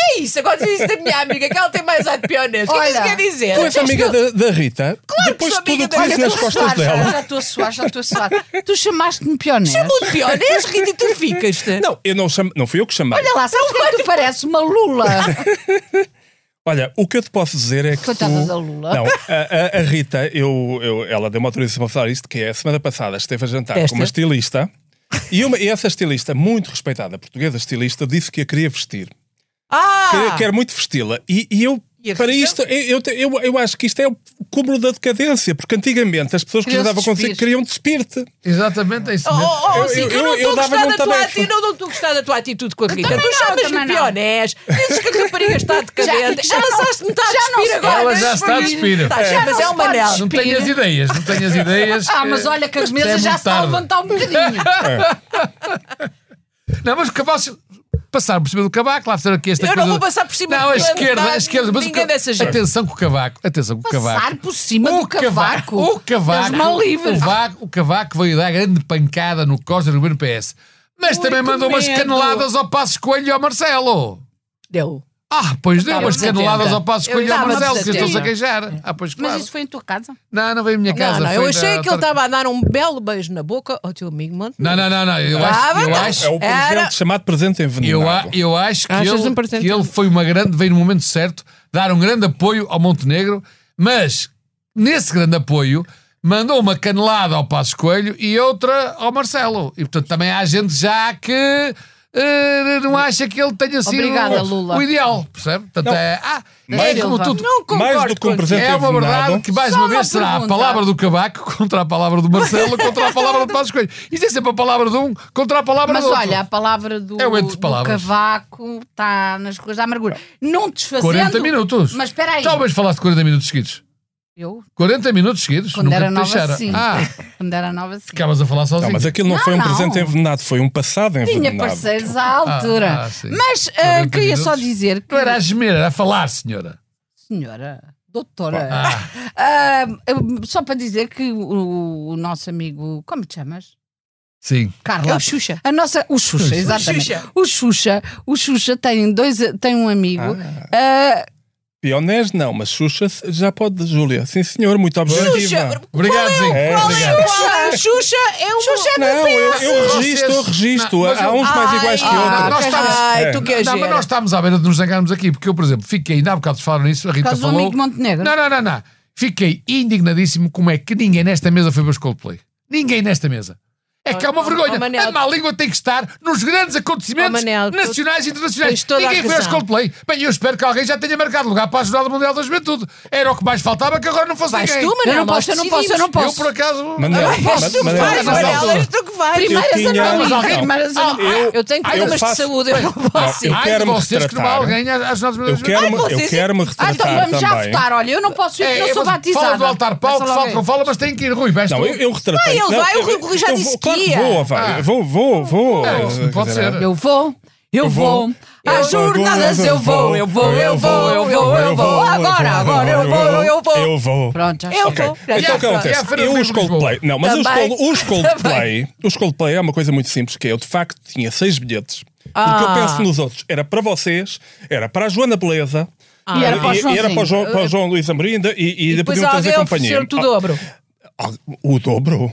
[SPEAKER 3] É isso, agora diz isso da minha amiga, que ela tem mais ar de pionês. O que é que isso
[SPEAKER 1] Olha,
[SPEAKER 3] quer dizer?
[SPEAKER 2] tu és
[SPEAKER 3] Tens
[SPEAKER 2] amiga
[SPEAKER 3] que-
[SPEAKER 2] da, da Rita.
[SPEAKER 3] que
[SPEAKER 2] depois
[SPEAKER 3] sou
[SPEAKER 2] de tudo
[SPEAKER 3] amiga
[SPEAKER 2] o que
[SPEAKER 3] dela.
[SPEAKER 2] dizes nas
[SPEAKER 1] estou a
[SPEAKER 2] costas
[SPEAKER 1] suar,
[SPEAKER 2] dela.
[SPEAKER 1] já estou a suar, já estou a suar. Tu chamaste-me pioneiro.
[SPEAKER 3] Chamou de pionês, Rita, e tu ficas-te.
[SPEAKER 2] Não, eu não, chamo, não fui eu que chamei.
[SPEAKER 1] Olha lá, sabes que tu parece uma lula.
[SPEAKER 2] Olha, o que eu te posso dizer é que.
[SPEAKER 1] Coitada
[SPEAKER 2] tu-
[SPEAKER 1] da Lula.
[SPEAKER 2] Não, a, a- a Rita, eu, eu- ela deu uma autorização para falar isto, que é a semana passada esteve a jantar
[SPEAKER 3] Esta?
[SPEAKER 2] com uma estilista e, uma- e essa estilista, muito respeitada, portuguesa estilista, disse é que a queria vestir.
[SPEAKER 3] Ah!
[SPEAKER 2] Quer, quer muito vesti-la. E, e eu
[SPEAKER 3] E a
[SPEAKER 2] Para
[SPEAKER 3] razão?
[SPEAKER 2] isto, eu, eu- eu, eu acho que isto é o cúmulo da decadência, porque antigamente as pessoas que já
[SPEAKER 1] Queriam-se
[SPEAKER 2] davam consigo
[SPEAKER 1] despir.
[SPEAKER 2] queriam despir-te.
[SPEAKER 4] Exatamente, é isso
[SPEAKER 3] Oh,
[SPEAKER 4] mesmo.
[SPEAKER 3] oh, oh,
[SPEAKER 2] Eu-
[SPEAKER 3] Zico, eu,
[SPEAKER 2] eu- eu-
[SPEAKER 3] não estou
[SPEAKER 2] eu
[SPEAKER 3] a gostar
[SPEAKER 2] dava-lhe um
[SPEAKER 3] da tua
[SPEAKER 2] tabefe.
[SPEAKER 3] atitude, eu não estou a gostar da tua atitude com a Rita.
[SPEAKER 1] também
[SPEAKER 3] Tu
[SPEAKER 1] não,
[SPEAKER 3] chamas-me
[SPEAKER 1] também não.
[SPEAKER 3] pionés, dizes que a rapariga está decadente, já,
[SPEAKER 1] Já-
[SPEAKER 3] já lançaste-me está a
[SPEAKER 1] já não
[SPEAKER 3] despir
[SPEAKER 1] se
[SPEAKER 3] agora.
[SPEAKER 4] Ela já está a despir.
[SPEAKER 3] Tá,
[SPEAKER 1] Já
[SPEAKER 3] mas
[SPEAKER 1] não se
[SPEAKER 3] é uma
[SPEAKER 1] pode
[SPEAKER 3] anel.
[SPEAKER 1] despir.
[SPEAKER 4] Não tenho as ideias, não tenho as ideias.
[SPEAKER 1] Ah, mas olha que as
[SPEAKER 4] Mas é
[SPEAKER 1] mesas já
[SPEAKER 4] muito
[SPEAKER 1] se estão a
[SPEAKER 4] tarde.
[SPEAKER 1] levantar um bocadinho.
[SPEAKER 4] Não, mas o cavaco, se passar por cima do cavaco, lá fazer aqui esta
[SPEAKER 3] Eu não
[SPEAKER 4] coisa.
[SPEAKER 3] vou passar por cima
[SPEAKER 4] Não, a
[SPEAKER 3] de
[SPEAKER 4] esquerda,
[SPEAKER 3] nada,
[SPEAKER 4] a esquerda. Mas o
[SPEAKER 3] ninguém
[SPEAKER 4] ca-
[SPEAKER 3] dessa gente.
[SPEAKER 4] Atenção com o cavaco, atenção com o cavaco.
[SPEAKER 1] Passar por cima do cavaco.
[SPEAKER 4] O cavaco.
[SPEAKER 1] Das mãos
[SPEAKER 4] O
[SPEAKER 1] livres.
[SPEAKER 4] cavaco, o cavaco veio dar grande pancada no Costa do governo PS. Mas
[SPEAKER 3] Ui,
[SPEAKER 4] também
[SPEAKER 3] que
[SPEAKER 4] mandou umas
[SPEAKER 3] medo.
[SPEAKER 4] caneladas ao Passos Coelho e ao Marcelo.
[SPEAKER 3] Deu.
[SPEAKER 4] Ah, pois deu
[SPEAKER 3] estava
[SPEAKER 4] umas
[SPEAKER 3] desatenta.
[SPEAKER 4] caneladas ao Passos
[SPEAKER 3] Eu
[SPEAKER 4] Coelho e ao
[SPEAKER 3] estava
[SPEAKER 4] Marcelo, que
[SPEAKER 3] desatenta.
[SPEAKER 4] estão-se a queijar. Ah, pois
[SPEAKER 1] Mas
[SPEAKER 4] claro.
[SPEAKER 1] isso foi em tua casa?
[SPEAKER 4] Não, não veio à minha
[SPEAKER 3] Não,
[SPEAKER 4] casa.
[SPEAKER 3] não, eu
[SPEAKER 4] foi
[SPEAKER 3] achei
[SPEAKER 4] da-
[SPEAKER 3] que ele estava a dar um belo beijo na boca ao teu amigo Monte.
[SPEAKER 4] Não, não, não, não. Eu acho,
[SPEAKER 3] Estava,
[SPEAKER 4] eu
[SPEAKER 3] não.
[SPEAKER 4] acho,
[SPEAKER 2] É o presente,
[SPEAKER 3] Era-
[SPEAKER 2] chamado presente
[SPEAKER 4] Eu,
[SPEAKER 2] envenenado.
[SPEAKER 4] a- eu acho que
[SPEAKER 3] Achas um
[SPEAKER 4] ele,
[SPEAKER 3] presente?
[SPEAKER 4] que ele foi uma grande, veio no momento certo, dar um grande apoio ao Montenegro, mas nesse grande apoio mandou uma canelada ao Passos Coelho e outra ao Marcelo. E portanto também há gente já que eh, não acha que ele tenha sido
[SPEAKER 1] Obrigada, Lula.
[SPEAKER 4] o ideal, percebe? Portanto,
[SPEAKER 2] Não.
[SPEAKER 4] é, ah, é
[SPEAKER 2] Mas-
[SPEAKER 4] como
[SPEAKER 1] Silva.
[SPEAKER 4] tudo.
[SPEAKER 3] Não concordo
[SPEAKER 2] Mais do que um
[SPEAKER 3] com-
[SPEAKER 2] presente
[SPEAKER 4] É uma verdade
[SPEAKER 2] envenenado.
[SPEAKER 4] que, mais
[SPEAKER 1] Só
[SPEAKER 4] uma
[SPEAKER 1] uma
[SPEAKER 4] vez, será a
[SPEAKER 1] pergunta.
[SPEAKER 4] palavra do Cabaco contra a palavra do Marcelo contra a palavra do Passos Coelho. Isto é sempre a palavra de um contra a palavra
[SPEAKER 1] Mas
[SPEAKER 4] do outro.
[SPEAKER 1] olha, a palavra do,
[SPEAKER 4] É o entre
[SPEAKER 1] do
[SPEAKER 4] palavras.
[SPEAKER 1] cavaco está nas ruas da amargura. Não desfazendo.
[SPEAKER 4] 40 minutos.
[SPEAKER 1] é Mas espera aí.
[SPEAKER 4] Talvez falaste 40 minutos seguidos.
[SPEAKER 1] Eu,
[SPEAKER 4] 40 minutos seguidos?
[SPEAKER 1] quando
[SPEAKER 4] nunca
[SPEAKER 1] era
[SPEAKER 4] te
[SPEAKER 1] nova,
[SPEAKER 4] deixaram.
[SPEAKER 1] sim.
[SPEAKER 4] Ah,
[SPEAKER 1] Quando era nova, sim.
[SPEAKER 4] ficavas a falar
[SPEAKER 2] Não,
[SPEAKER 4] sozinho.
[SPEAKER 2] mas aquilo não,
[SPEAKER 1] Não,
[SPEAKER 2] foi um
[SPEAKER 1] não.
[SPEAKER 2] presente envenenado, foi um passado
[SPEAKER 1] Tinha
[SPEAKER 2] envenenado.
[SPEAKER 1] parceiros à altura.
[SPEAKER 4] Ah, ah, sim.
[SPEAKER 1] Mas ah,
[SPEAKER 4] 40
[SPEAKER 1] queria só
[SPEAKER 4] minutos.
[SPEAKER 1] dizer que,
[SPEAKER 4] Não era a gemer, era a falar, senhora.
[SPEAKER 1] senhora, doutora,
[SPEAKER 4] Ah,
[SPEAKER 1] ah, eu- só para dizer que o, o nosso amigo, como te chamas?
[SPEAKER 4] sim.
[SPEAKER 1] Carla.
[SPEAKER 3] É o Xuxa.
[SPEAKER 1] A nossa, o Xuxa, exatamente.
[SPEAKER 3] Xuxa.
[SPEAKER 1] O Xuxa, o Xuxa tem, dois, tem um amigo. ah,
[SPEAKER 2] Pionés não, mas Xuxa já pode, Júlia. Sim, senhor, muito objetiva.
[SPEAKER 3] Xuxa.
[SPEAKER 4] Obrigado, Zinho.
[SPEAKER 2] É,
[SPEAKER 4] Obrigado.
[SPEAKER 3] Xuxa, Xuxa é um. Xuxa
[SPEAKER 2] Não, eu, eu registro, eu
[SPEAKER 4] Vocês-
[SPEAKER 2] registro.
[SPEAKER 4] Não, mas
[SPEAKER 2] Há
[SPEAKER 4] eu-
[SPEAKER 2] uns mais iguais que
[SPEAKER 4] ah,
[SPEAKER 2] outros.
[SPEAKER 4] nós estamos-
[SPEAKER 3] Ai, tu
[SPEAKER 2] É.
[SPEAKER 3] que és
[SPEAKER 4] Não, mas
[SPEAKER 3] gera.
[SPEAKER 4] nós estamos à beira de nos zangarmos aqui, porque eu, por exemplo, fiquei ainda há bocado falaram nisso, a
[SPEAKER 1] por
[SPEAKER 4] Rita
[SPEAKER 1] causa do
[SPEAKER 4] falou.
[SPEAKER 1] amigo Montenegro.
[SPEAKER 4] Não, não, não, não. Fiquei indignadíssimo como é que ninguém nesta mesa foi para os Coldplay. Ninguém nesta mesa. É que é uma
[SPEAKER 3] Oh,
[SPEAKER 4] vergonha.
[SPEAKER 3] oh, Manel.
[SPEAKER 4] a má língua tem que estar nos grandes acontecimentos
[SPEAKER 3] Oh, Manel, tu-
[SPEAKER 4] nacionais e internacionais.
[SPEAKER 3] tens toda a
[SPEAKER 4] Ninguém foi aos
[SPEAKER 3] razão.
[SPEAKER 4] Coldplay. Bem, eu espero que alguém já tenha marcado lugar para a Jornada Mundial da Juventude. Era o que mais faltava que agora não fosse
[SPEAKER 3] Vais
[SPEAKER 4] ninguém.
[SPEAKER 3] tu, Manel.
[SPEAKER 1] Eu não
[SPEAKER 3] nós
[SPEAKER 1] posso, eu não posso, eu não
[SPEAKER 3] decidimos.
[SPEAKER 1] posso.
[SPEAKER 4] Eu, por acaso...
[SPEAKER 2] Manel,
[SPEAKER 3] Mas tu
[SPEAKER 2] Manel,
[SPEAKER 3] vais,
[SPEAKER 2] Manel,
[SPEAKER 3] Manel, és tu que vais.
[SPEAKER 2] Primeiro-
[SPEAKER 1] Primeiras
[SPEAKER 2] tinha-
[SPEAKER 1] anónimas,
[SPEAKER 4] Mas alguém-
[SPEAKER 1] primeiras
[SPEAKER 4] Ah,
[SPEAKER 1] anónimas.
[SPEAKER 4] eu-
[SPEAKER 3] Eu tenho
[SPEAKER 4] Ai,
[SPEAKER 3] problemas de
[SPEAKER 2] faço-
[SPEAKER 3] saúde, eu não posso.
[SPEAKER 2] eu
[SPEAKER 3] ir.
[SPEAKER 4] Ai,
[SPEAKER 2] quero-me
[SPEAKER 4] de vocês que não vá
[SPEAKER 2] retratar.
[SPEAKER 4] alguém às Jornadas
[SPEAKER 2] Eu
[SPEAKER 4] Mundiais da Juventude.
[SPEAKER 2] quero-me
[SPEAKER 3] Ai,
[SPEAKER 2] eu
[SPEAKER 3] vocês-
[SPEAKER 2] quero me
[SPEAKER 1] Ah,
[SPEAKER 2] retratar
[SPEAKER 1] então vamos já
[SPEAKER 2] também.
[SPEAKER 1] votar. Olha, eu não posso ir,
[SPEAKER 4] É,
[SPEAKER 1] eu
[SPEAKER 4] é,
[SPEAKER 1] sou
[SPEAKER 4] vocês-
[SPEAKER 1] batizada.
[SPEAKER 4] Fala do altar palco,
[SPEAKER 1] Vai só
[SPEAKER 4] fala,
[SPEAKER 1] logo aí.
[SPEAKER 4] fala, mas tem que ir. Rui, vais
[SPEAKER 2] Não,
[SPEAKER 4] tu.
[SPEAKER 2] eu, eu retratei.
[SPEAKER 3] Vai, ele
[SPEAKER 2] Não,
[SPEAKER 3] vai, o
[SPEAKER 2] eu-
[SPEAKER 3] Rui já
[SPEAKER 2] eu
[SPEAKER 3] disse
[SPEAKER 2] vou,
[SPEAKER 3] que
[SPEAKER 2] claro
[SPEAKER 3] ia.
[SPEAKER 2] vou, vai.
[SPEAKER 4] Ah.
[SPEAKER 2] Vou, vou, vou.
[SPEAKER 4] Não, isso não pode
[SPEAKER 2] Quer dizer, é,
[SPEAKER 4] ser.
[SPEAKER 1] Eu vou, eu vou. Às jornadas eu vou, eu vou, eu vou, eu vou, eu vou. Agora, agora eu vou, eu vou.
[SPEAKER 2] Eu vou.
[SPEAKER 1] Pronto, já está.
[SPEAKER 3] Eu
[SPEAKER 2] Ok.
[SPEAKER 3] vou.
[SPEAKER 2] Então o que
[SPEAKER 4] Já-
[SPEAKER 2] acontece?
[SPEAKER 4] já foi no
[SPEAKER 2] Eu
[SPEAKER 4] Rio
[SPEAKER 2] os
[SPEAKER 4] de Lisboa.
[SPEAKER 2] Coldplay. Não, mas os
[SPEAKER 3] Também.
[SPEAKER 2] Cold- os Coldplay. Os Coldplay é uma coisa muito simples, que é eu de facto tinha seis bilhetes. Porque
[SPEAKER 3] Ah.
[SPEAKER 2] eu penso nos outros. Era para vocês, era para a Joana Beleza.
[SPEAKER 1] Ah,
[SPEAKER 2] eh,
[SPEAKER 1] E era para o
[SPEAKER 2] e era para o João,
[SPEAKER 1] Joãozinho.
[SPEAKER 2] para o João Luís Amorim ainda, e, e,
[SPEAKER 3] E
[SPEAKER 2] ainda
[SPEAKER 3] depois
[SPEAKER 2] podiam trazer
[SPEAKER 3] alguém
[SPEAKER 2] companhia.
[SPEAKER 3] ofereceu-te o dobro.
[SPEAKER 2] Ah, O dobro?
[SPEAKER 1] Um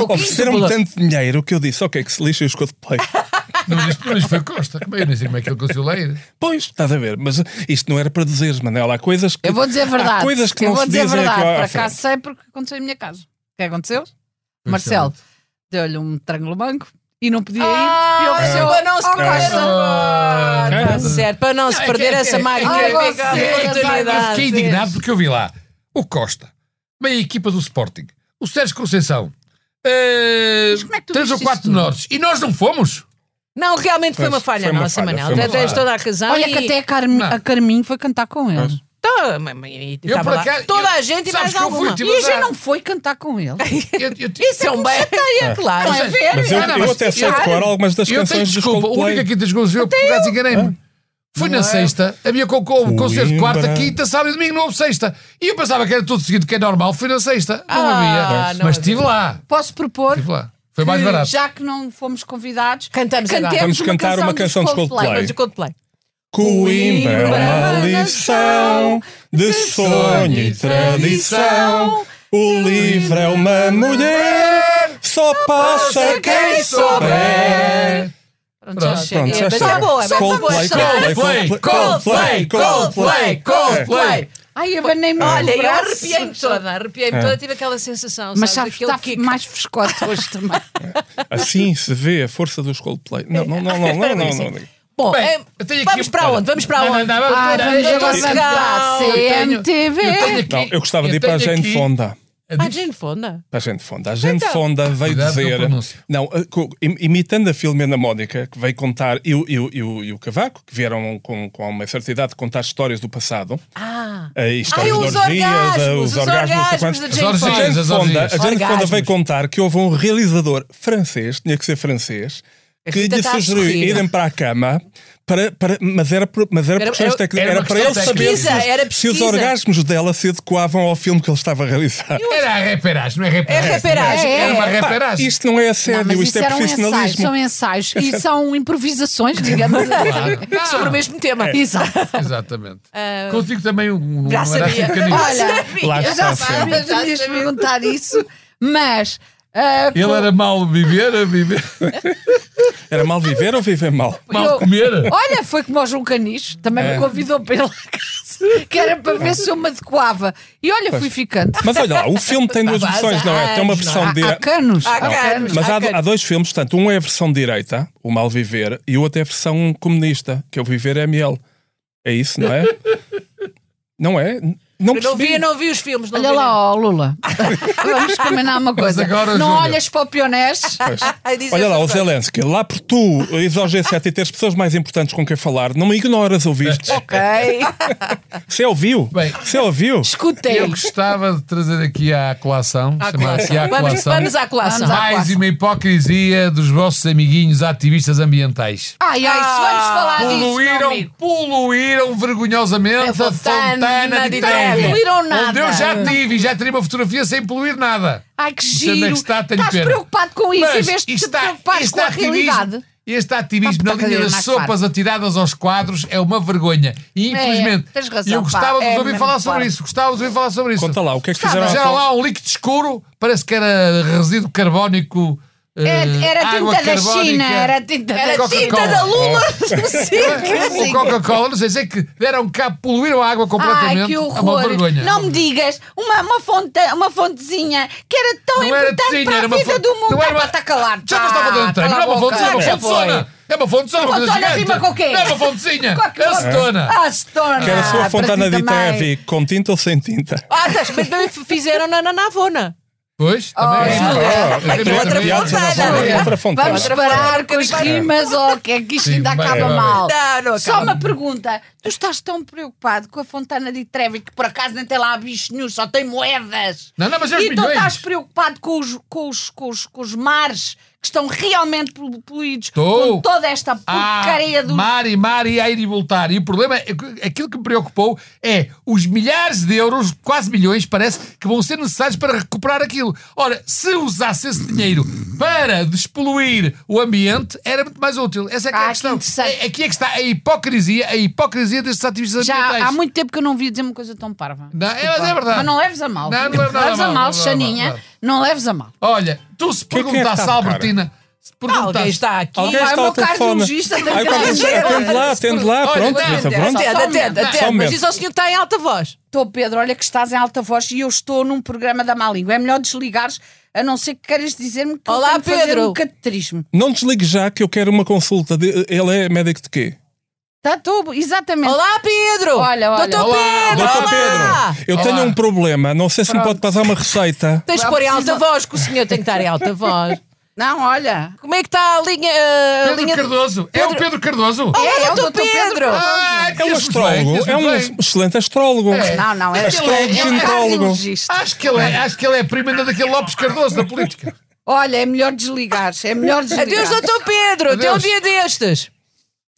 [SPEAKER 4] um
[SPEAKER 2] Ofereceram-me tanto dinheiro que eu disse, ok, que se lixa os Coldplay.
[SPEAKER 4] Não, isto, mas foi Costa. Eu nem sei como é que ele conseguiu lá ir.
[SPEAKER 2] Pois, estás a ver, mas isto não era para dizeres, Manela. Há coisas que.
[SPEAKER 1] Eu vou dizer a
[SPEAKER 2] Há
[SPEAKER 1] verdade.
[SPEAKER 2] coisas que
[SPEAKER 1] eu
[SPEAKER 2] não
[SPEAKER 1] vou
[SPEAKER 2] se
[SPEAKER 1] dizer a
[SPEAKER 2] dizem é
[SPEAKER 1] verdade.
[SPEAKER 2] aqui à
[SPEAKER 1] Por acaso
[SPEAKER 2] frente.
[SPEAKER 1] sei porque aconteceu em minha casa. O que aconteceu? Marcelo deu-lhe um trango banco e não podia ir. e ofereceu
[SPEAKER 3] para Ah, não se
[SPEAKER 1] ao
[SPEAKER 3] perder.
[SPEAKER 1] Costa.
[SPEAKER 4] Ah,
[SPEAKER 3] Tá certo, para não se
[SPEAKER 4] é
[SPEAKER 3] perder
[SPEAKER 4] que-
[SPEAKER 3] essa
[SPEAKER 1] Ai,
[SPEAKER 4] é-
[SPEAKER 3] magnífica
[SPEAKER 1] vocês,
[SPEAKER 4] Eu
[SPEAKER 3] oportunidade.
[SPEAKER 4] fiquei indignado porque eu vi lá o Costa, meia equipa do Sporting, o Sérgio Conceição, eh,
[SPEAKER 1] como é que tu
[SPEAKER 4] três
[SPEAKER 1] viste
[SPEAKER 4] ou quatro
[SPEAKER 1] isso tudo?
[SPEAKER 4] menores, e nós não fomos.
[SPEAKER 3] Não, realmente foi
[SPEAKER 2] Pois,
[SPEAKER 3] uma falha
[SPEAKER 2] foi uma
[SPEAKER 3] nossa,
[SPEAKER 2] falha,
[SPEAKER 3] Manel.
[SPEAKER 2] foi uma
[SPEAKER 3] Tu Tens
[SPEAKER 2] falha.
[SPEAKER 3] toda a razão.
[SPEAKER 1] Olha
[SPEAKER 3] e-
[SPEAKER 1] que até a, Carmi, a Carminho foi cantar com ele.
[SPEAKER 3] Tá, mas- mas- e
[SPEAKER 4] Eu,
[SPEAKER 3] tava
[SPEAKER 4] por
[SPEAKER 3] lá
[SPEAKER 4] acaso,
[SPEAKER 3] Toda
[SPEAKER 4] eu-
[SPEAKER 3] a gente e mais
[SPEAKER 4] sabes que eu fui,
[SPEAKER 3] alguma.
[SPEAKER 4] tive-
[SPEAKER 1] E a gente não foi cantar com ele.
[SPEAKER 4] Eu, eu-
[SPEAKER 3] Isso é um bem. claro.
[SPEAKER 1] Não é ver?
[SPEAKER 2] Mas eu,
[SPEAKER 4] Ah, não,
[SPEAKER 2] eu
[SPEAKER 4] mas
[SPEAKER 2] até sei
[SPEAKER 4] claro.
[SPEAKER 2] decorar algumas das
[SPEAKER 4] eu tenho
[SPEAKER 2] canções dos
[SPEAKER 4] desculpa, o
[SPEAKER 2] Coldplay.
[SPEAKER 4] único aqui das coisas eu, é? por acaso enganei-me. Foi na sexta, havia co co concerto de quarta,
[SPEAKER 2] Coimbra.
[SPEAKER 4] quinta, sábado e domingo, não houve sexta. E eu pensava que era tudo seguido, que é normal, foi na sexta, não
[SPEAKER 3] Ah,
[SPEAKER 4] havia.
[SPEAKER 3] não
[SPEAKER 4] mas
[SPEAKER 3] havia.
[SPEAKER 4] estive lá,
[SPEAKER 1] Posso propor
[SPEAKER 4] estive lá. Foi mais barato.
[SPEAKER 1] já que não fomos convidados,
[SPEAKER 3] Cantamos agora.
[SPEAKER 1] cantemos
[SPEAKER 2] Vamos cantar uma canção dos Coldplay.
[SPEAKER 3] Mas o Coldplay.
[SPEAKER 2] Coimbra é uma lição de sonho e tradição. O livro é uma mulher, só passa quem souber.
[SPEAKER 1] Pronto, já
[SPEAKER 4] Pronto,
[SPEAKER 1] chega.
[SPEAKER 2] Pronto, já
[SPEAKER 3] Mas
[SPEAKER 2] está.
[SPEAKER 3] é boa, mas é boa.
[SPEAKER 2] Coldplay,
[SPEAKER 4] Coldplay,
[SPEAKER 2] Coldplay, Coldplay, É.
[SPEAKER 4] Coldplay, Coldplay, Coldplay. É.
[SPEAKER 1] Ai, abanei-me
[SPEAKER 3] Olha,
[SPEAKER 1] os
[SPEAKER 3] eu
[SPEAKER 1] braços.
[SPEAKER 3] arrepiei-me toda, arrepiei-me toda, tive aquela sensação.
[SPEAKER 1] Mas
[SPEAKER 3] sabes,
[SPEAKER 1] sabes que está
[SPEAKER 3] daquele kick.
[SPEAKER 1] mais frescote hoje também.
[SPEAKER 2] Assim se vê a força dos Coldplay. Não, não, não, não, não, não. não,
[SPEAKER 3] Sim. Bom,
[SPEAKER 4] Bem,
[SPEAKER 3] é,
[SPEAKER 4] eu tenho aqui- um
[SPEAKER 3] vamos para onde? Vamos para
[SPEAKER 4] Não,
[SPEAKER 3] onde?
[SPEAKER 4] não, não,
[SPEAKER 1] Ai,
[SPEAKER 4] não,
[SPEAKER 1] vamos
[SPEAKER 4] não,
[SPEAKER 1] avançar para a
[SPEAKER 4] eu tenho-
[SPEAKER 1] CMTV.
[SPEAKER 4] eu tenho aqui-
[SPEAKER 2] Não, eu gostava de ir para a
[SPEAKER 4] tenho
[SPEAKER 2] Jane
[SPEAKER 4] aqui-
[SPEAKER 2] Fonda.
[SPEAKER 3] Ah, Jane Fonda.
[SPEAKER 2] Para a gente Fonda. A gente
[SPEAKER 3] Então.
[SPEAKER 2] Fonda veio
[SPEAKER 4] Cuidado com a
[SPEAKER 2] dizer.
[SPEAKER 4] pronúncia.
[SPEAKER 2] Não, eh, co- im- imitando a Filomena Mónica, que veio contar, e o, e o- e o- e o Cavaco, que vieram com, com uma certa idade contar histórias do passado.
[SPEAKER 3] Ah,
[SPEAKER 2] eh, e histórias
[SPEAKER 3] os
[SPEAKER 2] de orgias, eh,
[SPEAKER 3] orgasmos, os
[SPEAKER 2] não sei
[SPEAKER 3] orgasmos
[SPEAKER 2] quantos.
[SPEAKER 3] da
[SPEAKER 4] As orgias,
[SPEAKER 2] A Jane
[SPEAKER 4] as
[SPEAKER 2] Fonda, a
[SPEAKER 4] orgias.
[SPEAKER 2] Jane Fonda
[SPEAKER 3] Orgasmos.
[SPEAKER 2] veio contar que houve um realizador francês, tinha que ser francês, que
[SPEAKER 3] Rita
[SPEAKER 2] lhe
[SPEAKER 3] está a
[SPEAKER 2] sugeriu
[SPEAKER 3] sorrir.
[SPEAKER 2] irem para a cama. Para, para, mas era, por- mas era, por
[SPEAKER 3] Era-
[SPEAKER 2] questões
[SPEAKER 3] era-
[SPEAKER 2] técnicas.
[SPEAKER 4] era
[SPEAKER 2] Era
[SPEAKER 4] uma
[SPEAKER 2] para ele
[SPEAKER 4] questão
[SPEAKER 2] saber se,
[SPEAKER 3] técnica.
[SPEAKER 2] os-
[SPEAKER 3] Era
[SPEAKER 2] se os
[SPEAKER 3] pesquisa.
[SPEAKER 2] orgasmos dela se adequavam ao filme que ele estava a realizar.
[SPEAKER 4] Era a reperagem, não é
[SPEAKER 3] é
[SPEAKER 4] reperagem.
[SPEAKER 3] reperagem.
[SPEAKER 1] É,
[SPEAKER 4] Era uma
[SPEAKER 1] é.
[SPEAKER 2] Pá,
[SPEAKER 4] reperagem.
[SPEAKER 2] isto não é
[SPEAKER 1] Não,
[SPEAKER 2] assédio,
[SPEAKER 1] mas
[SPEAKER 2] isto
[SPEAKER 1] isso um
[SPEAKER 2] é
[SPEAKER 1] eram ensaios,
[SPEAKER 2] profissionalismo.
[SPEAKER 1] são ensaios e são improvisações, digamos assim.
[SPEAKER 2] Ah.
[SPEAKER 3] é. Sobre o mesmo tema.
[SPEAKER 1] Exato.
[SPEAKER 4] Ah, Exatamente.
[SPEAKER 3] Ah,
[SPEAKER 4] Contigo também um- um.
[SPEAKER 3] Já
[SPEAKER 4] um
[SPEAKER 3] sabia.
[SPEAKER 4] aracnocanico.
[SPEAKER 1] Olha,
[SPEAKER 2] Lá
[SPEAKER 1] eu
[SPEAKER 4] Tá
[SPEAKER 2] está
[SPEAKER 1] já
[SPEAKER 2] a
[SPEAKER 1] sabia,
[SPEAKER 2] cena.
[SPEAKER 1] já me ias perguntar isso, mas ah,
[SPEAKER 4] Ele era mal viver, a viver.
[SPEAKER 2] Era mal viver ou viver mal?
[SPEAKER 4] mal comer.
[SPEAKER 1] Olha, foi como ao João Canijo, também
[SPEAKER 4] É.
[SPEAKER 1] me convidou para ir lá a casa, que era para ver se eu me adequava. E olha, fui ficando.
[SPEAKER 2] Mas olha lá, o filme tem duas
[SPEAKER 3] Mas
[SPEAKER 2] versões, não é? Tem uma
[SPEAKER 4] Um
[SPEAKER 2] versão
[SPEAKER 1] Há, há
[SPEAKER 2] direita.
[SPEAKER 1] canos.
[SPEAKER 3] Há canos.
[SPEAKER 2] Mas
[SPEAKER 3] há
[SPEAKER 2] há,
[SPEAKER 3] canos.
[SPEAKER 2] há dois filmes, tanto um é a versão direita, o Mal Viver, e o outro é a versão comunista, que é o Viver é Miel. É isso, não é? Não é? Não
[SPEAKER 3] Eu não vi,
[SPEAKER 2] percebi.
[SPEAKER 3] eu não vi os filmes. Não
[SPEAKER 1] Olha
[SPEAKER 3] vi,
[SPEAKER 1] lá, ó, Lula. Vamos combinar uma coisa.
[SPEAKER 4] agora,
[SPEAKER 1] não
[SPEAKER 4] Júlia.
[SPEAKER 1] olhas para o pionés.
[SPEAKER 2] Pois.
[SPEAKER 3] Ai, diz
[SPEAKER 2] Olha
[SPEAKER 3] essa
[SPEAKER 2] lá, o
[SPEAKER 3] coisa.
[SPEAKER 2] Zelensky, lá por tu exagerar 7 e ter as pessoas mais importantes com quem falar, não me ignoras, ouviste?
[SPEAKER 3] Ok.
[SPEAKER 2] Você ouviu?
[SPEAKER 4] Bem.
[SPEAKER 2] Você ouviu?
[SPEAKER 1] Escutei.
[SPEAKER 4] Eu gostava de trazer aqui à colação.
[SPEAKER 3] À
[SPEAKER 4] chamar aqui à
[SPEAKER 3] colação. Vamos,
[SPEAKER 4] colação.
[SPEAKER 3] vamos à colação.
[SPEAKER 1] Vamos à-
[SPEAKER 4] Mais uma hipocrisia dos vossos amiguinhos ativistas ambientais.
[SPEAKER 1] Ai, ai, se vamos falar disso, meu
[SPEAKER 4] Poluíram,
[SPEAKER 1] amigo.
[SPEAKER 4] poluíram vergonhosamente
[SPEAKER 3] A
[SPEAKER 4] a
[SPEAKER 3] Fontana
[SPEAKER 4] Fontana,
[SPEAKER 3] de
[SPEAKER 4] de
[SPEAKER 3] Trevi.
[SPEAKER 4] Trevi.
[SPEAKER 1] Poluíram nada.
[SPEAKER 4] Onde eu já tive e já tirei uma fotografia sem poluir nada.
[SPEAKER 1] Ai, que
[SPEAKER 4] Isso onde é que
[SPEAKER 1] giro.
[SPEAKER 4] está? Tenho
[SPEAKER 1] Estás
[SPEAKER 4] pena.
[SPEAKER 1] preocupado com isso em vez de te
[SPEAKER 4] isto está-
[SPEAKER 1] preocupares
[SPEAKER 4] este
[SPEAKER 1] com a
[SPEAKER 4] ativismo-
[SPEAKER 1] realidade.
[SPEAKER 4] Este ativismo
[SPEAKER 1] Não,
[SPEAKER 4] na
[SPEAKER 1] porque
[SPEAKER 4] linha
[SPEAKER 1] a cadeira
[SPEAKER 4] das
[SPEAKER 1] mais
[SPEAKER 4] sopas atiradas aos quadros é uma vergonha. E infelizmente,
[SPEAKER 1] tens razão,
[SPEAKER 4] eu
[SPEAKER 1] pá,
[SPEAKER 4] gostava de
[SPEAKER 1] é
[SPEAKER 4] vos ouvir
[SPEAKER 1] mesmo,
[SPEAKER 4] falar sobre
[SPEAKER 1] pá.
[SPEAKER 4] isso. Gostava de vos ouvir falar sobre isso.
[SPEAKER 2] Conta lá, o que é que
[SPEAKER 1] Sabe,
[SPEAKER 2] fizeram? à
[SPEAKER 4] Fizeram
[SPEAKER 2] Fo-
[SPEAKER 4] lá um líquido escuro, parece que era resíduo carbónico. eh,
[SPEAKER 1] Era, era
[SPEAKER 4] água
[SPEAKER 1] tinta da
[SPEAKER 4] carbónica.
[SPEAKER 1] China, era tinta da
[SPEAKER 3] Era
[SPEAKER 1] China.
[SPEAKER 4] Coca-Cola.
[SPEAKER 3] tinta da Lula.
[SPEAKER 4] É.
[SPEAKER 1] é assim.
[SPEAKER 4] O Coca-Cola, não sei se é que deram cá, poluíram a água completamente.
[SPEAKER 1] Ai, que horror.
[SPEAKER 4] É uma vergonha.
[SPEAKER 1] Não me digas, uma, uma, fonte, uma fontezinha que era tão
[SPEAKER 4] Não era
[SPEAKER 1] é importante
[SPEAKER 4] tezinha,
[SPEAKER 1] para a
[SPEAKER 4] era uma
[SPEAKER 1] vida
[SPEAKER 4] fonte-
[SPEAKER 1] do mundo.
[SPEAKER 4] não era uma-
[SPEAKER 1] Ah, pá, Está calado.
[SPEAKER 4] Já foste à
[SPEAKER 1] pá,
[SPEAKER 4] fonte do treino, não é
[SPEAKER 1] cala a
[SPEAKER 4] uma fonte, é
[SPEAKER 1] boca.
[SPEAKER 4] uma
[SPEAKER 1] Já
[SPEAKER 4] fonte
[SPEAKER 1] tá foi.
[SPEAKER 4] zona. É uma fonte zona, uma coisa
[SPEAKER 1] Fontona
[SPEAKER 4] gigante.
[SPEAKER 1] rima com o quê?
[SPEAKER 4] Não é uma fontezinha.
[SPEAKER 1] Com a que
[SPEAKER 4] É
[SPEAKER 1] você-
[SPEAKER 4] acetona.
[SPEAKER 1] Ah, Stona.
[SPEAKER 2] Que era a sua
[SPEAKER 1] Ah,
[SPEAKER 2] fontana
[SPEAKER 1] para ti
[SPEAKER 2] de
[SPEAKER 1] também.
[SPEAKER 2] Trevi, com tinta ou sem tinta?
[SPEAKER 3] Ah, tá, mas também fizeram na, na, na Avona.
[SPEAKER 4] Pois, também é.
[SPEAKER 1] Júlia.
[SPEAKER 4] Ah,
[SPEAKER 2] Ah,
[SPEAKER 4] também é
[SPEAKER 2] outra
[SPEAKER 4] também é.
[SPEAKER 3] fonteira.
[SPEAKER 4] Também é.
[SPEAKER 2] Outra fontana.
[SPEAKER 1] Vamos parar com as rimas ou o que é que isto
[SPEAKER 4] Sim,
[SPEAKER 1] ainda
[SPEAKER 4] vai,
[SPEAKER 1] acaba
[SPEAKER 4] vai, vai.
[SPEAKER 1] mal.
[SPEAKER 3] Não, não
[SPEAKER 1] Só
[SPEAKER 3] acaba.
[SPEAKER 1] uma pergunta. Tu estás tão preocupado com a Fontana de Trevi que por acaso nem tem lá bicho nenhum, só tem moedas.
[SPEAKER 4] Não, não, mas é os
[SPEAKER 1] E tu
[SPEAKER 4] milhões.
[SPEAKER 1] estás preocupado com os, com, os, com, os, com os mares que estão realmente polu- poluídos
[SPEAKER 4] Estou.
[SPEAKER 1] com toda esta
[SPEAKER 4] Ah,
[SPEAKER 1] porcaria do...
[SPEAKER 4] mar e mar e a ir e voltar. E o problema, é que- aquilo que me preocupou é os milhares de euros, quase milhões, parece, que vão ser necessários para recuperar aquilo. Ora, se usasse esse dinheiro para despoluir o ambiente, era muito mais útil. Essa é que é
[SPEAKER 1] Ah,
[SPEAKER 4] a
[SPEAKER 1] que
[SPEAKER 4] questão.
[SPEAKER 1] interessante.
[SPEAKER 4] É- Aqui é que está a hipocrisia, a hipocrisia destes ativistas ambientais.
[SPEAKER 1] Já há muito tempo que eu não vi dizer uma coisa tão parva.
[SPEAKER 4] Não, é,
[SPEAKER 1] Desculpa.
[SPEAKER 4] mas é verdade.
[SPEAKER 1] Mas não leves a mal.
[SPEAKER 4] Não, não levo nada
[SPEAKER 1] leves
[SPEAKER 4] a
[SPEAKER 1] a mal,
[SPEAKER 4] mal, não levo a mal,
[SPEAKER 1] Xaninha.
[SPEAKER 4] não.
[SPEAKER 1] Não leves a mal.
[SPEAKER 4] Olha, tu se
[SPEAKER 2] Que é que é
[SPEAKER 4] perguntasses
[SPEAKER 2] esta
[SPEAKER 4] à
[SPEAKER 2] cara?
[SPEAKER 4] Albertina, se
[SPEAKER 3] Alguém
[SPEAKER 4] perguntasses...
[SPEAKER 3] está aqui.
[SPEAKER 2] Alguém
[SPEAKER 1] Vai,
[SPEAKER 2] está
[SPEAKER 1] o
[SPEAKER 2] ao
[SPEAKER 1] meu
[SPEAKER 2] telefone.
[SPEAKER 1] cardiologista tem
[SPEAKER 2] Ai, o
[SPEAKER 1] que
[SPEAKER 2] cardiologista,
[SPEAKER 1] atender.
[SPEAKER 2] Atende lá, atende lá.
[SPEAKER 4] Olha,
[SPEAKER 2] Pronto,
[SPEAKER 4] atende,
[SPEAKER 2] Rita, pronto.
[SPEAKER 3] um Atende,
[SPEAKER 1] Só um
[SPEAKER 3] atende,
[SPEAKER 1] momento.
[SPEAKER 2] Só um
[SPEAKER 3] atende. Mas
[SPEAKER 2] momento.
[SPEAKER 3] diz ao senhor que está em alta voz.
[SPEAKER 1] Estou, Pedro, olha que estás em alta voz e eu estou num programa da má língua. É melhor desligares, a não ser que queiras dizer-me que eu
[SPEAKER 3] Olá,
[SPEAKER 1] tenho que fazer
[SPEAKER 3] Pedro.
[SPEAKER 1] um cateterismo.
[SPEAKER 2] Não desligue já que eu quero uma consulta. De- Ele é médico de quê?
[SPEAKER 1] Tá, estou, exatamente.
[SPEAKER 3] Olá, Pedro.
[SPEAKER 1] Olha, olha.
[SPEAKER 3] Doutor
[SPEAKER 1] Olá,
[SPEAKER 3] Pedro.
[SPEAKER 2] Doutor
[SPEAKER 3] olá.
[SPEAKER 2] Pedro, eu
[SPEAKER 4] Olá.
[SPEAKER 2] tenho um problema. Não sei se me pode passar uma receita.
[SPEAKER 3] Tens de
[SPEAKER 1] é
[SPEAKER 3] pôr em alta voz, que o senhor tem que estar em alta voz.
[SPEAKER 1] Não, olha.
[SPEAKER 3] Como é que está a linha... eh, a
[SPEAKER 4] Pedro
[SPEAKER 3] linha de-
[SPEAKER 4] Cardoso. É o Pedro Cardoso.
[SPEAKER 3] Olá,
[SPEAKER 1] É, é o
[SPEAKER 3] doutor
[SPEAKER 1] Dr. Pedro.
[SPEAKER 3] Pedro.
[SPEAKER 4] Ah,
[SPEAKER 2] É um
[SPEAKER 4] conheço muito bem,
[SPEAKER 2] astrólogo.
[SPEAKER 4] conheço
[SPEAKER 2] É um
[SPEAKER 4] muito bem.
[SPEAKER 2] excelente astrólogo.
[SPEAKER 4] É.
[SPEAKER 1] Não, não, é,
[SPEAKER 4] Astrólogo
[SPEAKER 1] é, é um
[SPEAKER 2] ginecólogo.
[SPEAKER 1] cardiologista.
[SPEAKER 4] Acho que ele é, acho que ele é primo ainda daquele Lopes Cardoso da política.
[SPEAKER 1] Olha, é melhor desligares. É melhor
[SPEAKER 3] Adeus,
[SPEAKER 1] desligares.
[SPEAKER 3] doutor Pedro. Até um
[SPEAKER 4] Adeus.
[SPEAKER 3] dia destes.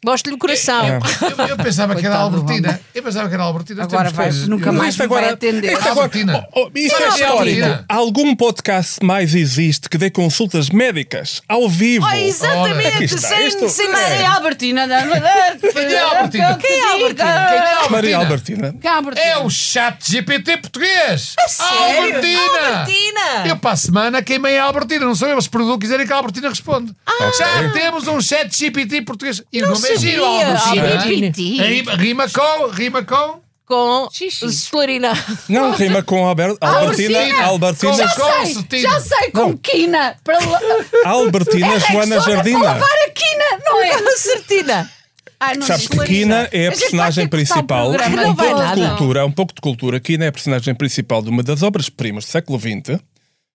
[SPEAKER 3] Gosto-lhe do coração. Oh,
[SPEAKER 4] Eu, eu pensava que era a
[SPEAKER 1] Coitado do
[SPEAKER 4] Albertina. Eu pensava que era a Albertina.
[SPEAKER 1] Agora
[SPEAKER 4] Temos
[SPEAKER 1] vais,
[SPEAKER 4] coisas.
[SPEAKER 1] nunca
[SPEAKER 4] Eu-
[SPEAKER 1] mais
[SPEAKER 2] isto
[SPEAKER 1] me vai
[SPEAKER 2] agora-
[SPEAKER 1] atender.
[SPEAKER 2] isto agora-
[SPEAKER 4] Albertina.
[SPEAKER 2] Oh, oh, isto é
[SPEAKER 4] Olá,
[SPEAKER 2] histórico.
[SPEAKER 4] Albertina.
[SPEAKER 2] Algum podcast mais existe que dê consultas médicas ao vivo?
[SPEAKER 1] Oh,
[SPEAKER 2] Aqui
[SPEAKER 1] exatamente,
[SPEAKER 2] está,
[SPEAKER 1] sem,
[SPEAKER 2] isto
[SPEAKER 1] sem
[SPEAKER 2] é.
[SPEAKER 1] Maria Albertina.
[SPEAKER 4] Quem é a Albertina?
[SPEAKER 1] Quem é a Albertina?
[SPEAKER 4] Quem é a
[SPEAKER 2] Maria
[SPEAKER 4] Albertina?
[SPEAKER 2] Albertina.
[SPEAKER 1] Quem é a Albertina?
[SPEAKER 4] É o chat GPT português.
[SPEAKER 3] sério? Oh,
[SPEAKER 4] Albertina.
[SPEAKER 3] Albertina.
[SPEAKER 4] Ah, Eu para a semana queimei a Albertina. Não sabemos se produto quiserem que a Albertina responde. Já temos um chat GPT português. E o nome é giro,
[SPEAKER 3] sabia.
[SPEAKER 4] Albertina.
[SPEAKER 1] GPT.
[SPEAKER 4] Rima- Rima com, rima com.
[SPEAKER 3] Com
[SPEAKER 1] Xixi.
[SPEAKER 3] Solarina.
[SPEAKER 2] Não rima com Albert- Albertina.
[SPEAKER 4] Albertina.
[SPEAKER 2] Albertina.
[SPEAKER 4] Com-
[SPEAKER 1] Já sei,
[SPEAKER 4] Constantino.
[SPEAKER 1] já sei, com
[SPEAKER 2] Não.
[SPEAKER 1] quina. Para la-
[SPEAKER 2] Albertina
[SPEAKER 1] É
[SPEAKER 2] Joana
[SPEAKER 1] Rexona
[SPEAKER 2] Jardina.
[SPEAKER 1] Para lavar a quina, não é?
[SPEAKER 3] Concertina.
[SPEAKER 5] Ai, não
[SPEAKER 2] Sabes que
[SPEAKER 5] desvaloriza.
[SPEAKER 2] Kina é a
[SPEAKER 1] gente
[SPEAKER 2] personagem
[SPEAKER 1] vai ter que cortar o
[SPEAKER 2] principal.
[SPEAKER 1] programa
[SPEAKER 2] Um
[SPEAKER 3] Não vai
[SPEAKER 2] pouco de
[SPEAKER 3] nada.
[SPEAKER 2] cultura, um pouco de cultura. Kina é a personagem principal de uma das obras-primas do século XX,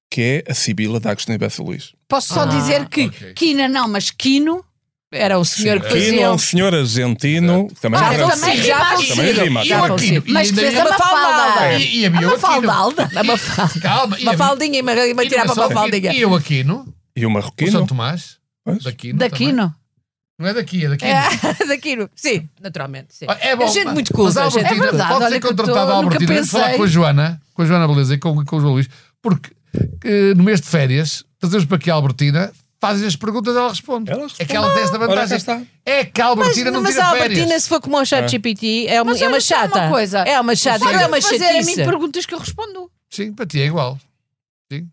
[SPEAKER 2] que é a Sibila da Agostinho Bessa Luís.
[SPEAKER 1] Posso só dizer que
[SPEAKER 4] ok.
[SPEAKER 1] Quina não, mas Quino.
[SPEAKER 3] Era o senhor que
[SPEAKER 2] Kino é
[SPEAKER 3] fazia.
[SPEAKER 2] um senhor argentino, que também
[SPEAKER 1] Ah,
[SPEAKER 2] era-
[SPEAKER 1] então sim, já
[SPEAKER 3] assim.
[SPEAKER 5] Também
[SPEAKER 1] consigo.
[SPEAKER 2] rima,
[SPEAKER 4] E
[SPEAKER 2] já
[SPEAKER 4] o
[SPEAKER 3] consigo.
[SPEAKER 4] Aquino? E
[SPEAKER 1] Mas que
[SPEAKER 4] ainda-
[SPEAKER 1] fez a Mafalda.
[SPEAKER 2] É.
[SPEAKER 4] E- e a minha Aquino?
[SPEAKER 1] Mafalda.
[SPEAKER 3] A Mafalda.
[SPEAKER 4] Calma. e a-
[SPEAKER 3] Uma faldinha e uma, e uma
[SPEAKER 4] e não é
[SPEAKER 3] tirava
[SPEAKER 4] só
[SPEAKER 3] uma
[SPEAKER 4] Aquino.
[SPEAKER 3] faldinha.
[SPEAKER 4] E eu Aquino,
[SPEAKER 2] E o
[SPEAKER 4] o São
[SPEAKER 2] marroquino.
[SPEAKER 4] Tomás,
[SPEAKER 2] pois.
[SPEAKER 4] daquino.
[SPEAKER 1] Da
[SPEAKER 4] também.
[SPEAKER 1] Quino.
[SPEAKER 4] Não é daqui, é daquino.
[SPEAKER 3] É, daquilo. Sim, naturalmente. Sim.
[SPEAKER 4] É bom.
[SPEAKER 3] É gente muito
[SPEAKER 4] cool. Mas
[SPEAKER 3] culta,
[SPEAKER 4] a
[SPEAKER 3] gente.
[SPEAKER 4] Albertina,
[SPEAKER 1] É verdade,
[SPEAKER 4] pode ser
[SPEAKER 1] olha que eu
[SPEAKER 4] contratada
[SPEAKER 1] tô-
[SPEAKER 4] a
[SPEAKER 1] nunca
[SPEAKER 4] Albertina. Vamos falar
[SPEAKER 1] pensei.
[SPEAKER 4] com a Joana, com a Joana Beleza e com, com o João Luís, porque eh, no mês de férias, trazemos para aqui a Albertina, fazes as perguntas ela responde.
[SPEAKER 2] Ela responde.
[SPEAKER 4] É que ela tem esta
[SPEAKER 2] Ora, cá
[SPEAKER 4] vantagem.
[SPEAKER 2] está.
[SPEAKER 4] É que a Albertina não
[SPEAKER 3] mas
[SPEAKER 4] tira
[SPEAKER 3] a
[SPEAKER 4] férias.
[SPEAKER 3] Albertina, se for como o chat GPT, é uma,
[SPEAKER 1] Mas
[SPEAKER 3] é uma
[SPEAKER 1] olha só uma
[SPEAKER 3] chata.
[SPEAKER 1] coisa.
[SPEAKER 3] É uma chata,
[SPEAKER 1] Só
[SPEAKER 3] aquilo é uma
[SPEAKER 1] fazerem a mim
[SPEAKER 3] chatice.
[SPEAKER 1] perguntas que eu respondo.
[SPEAKER 4] Sim, para ti é igual. Sim.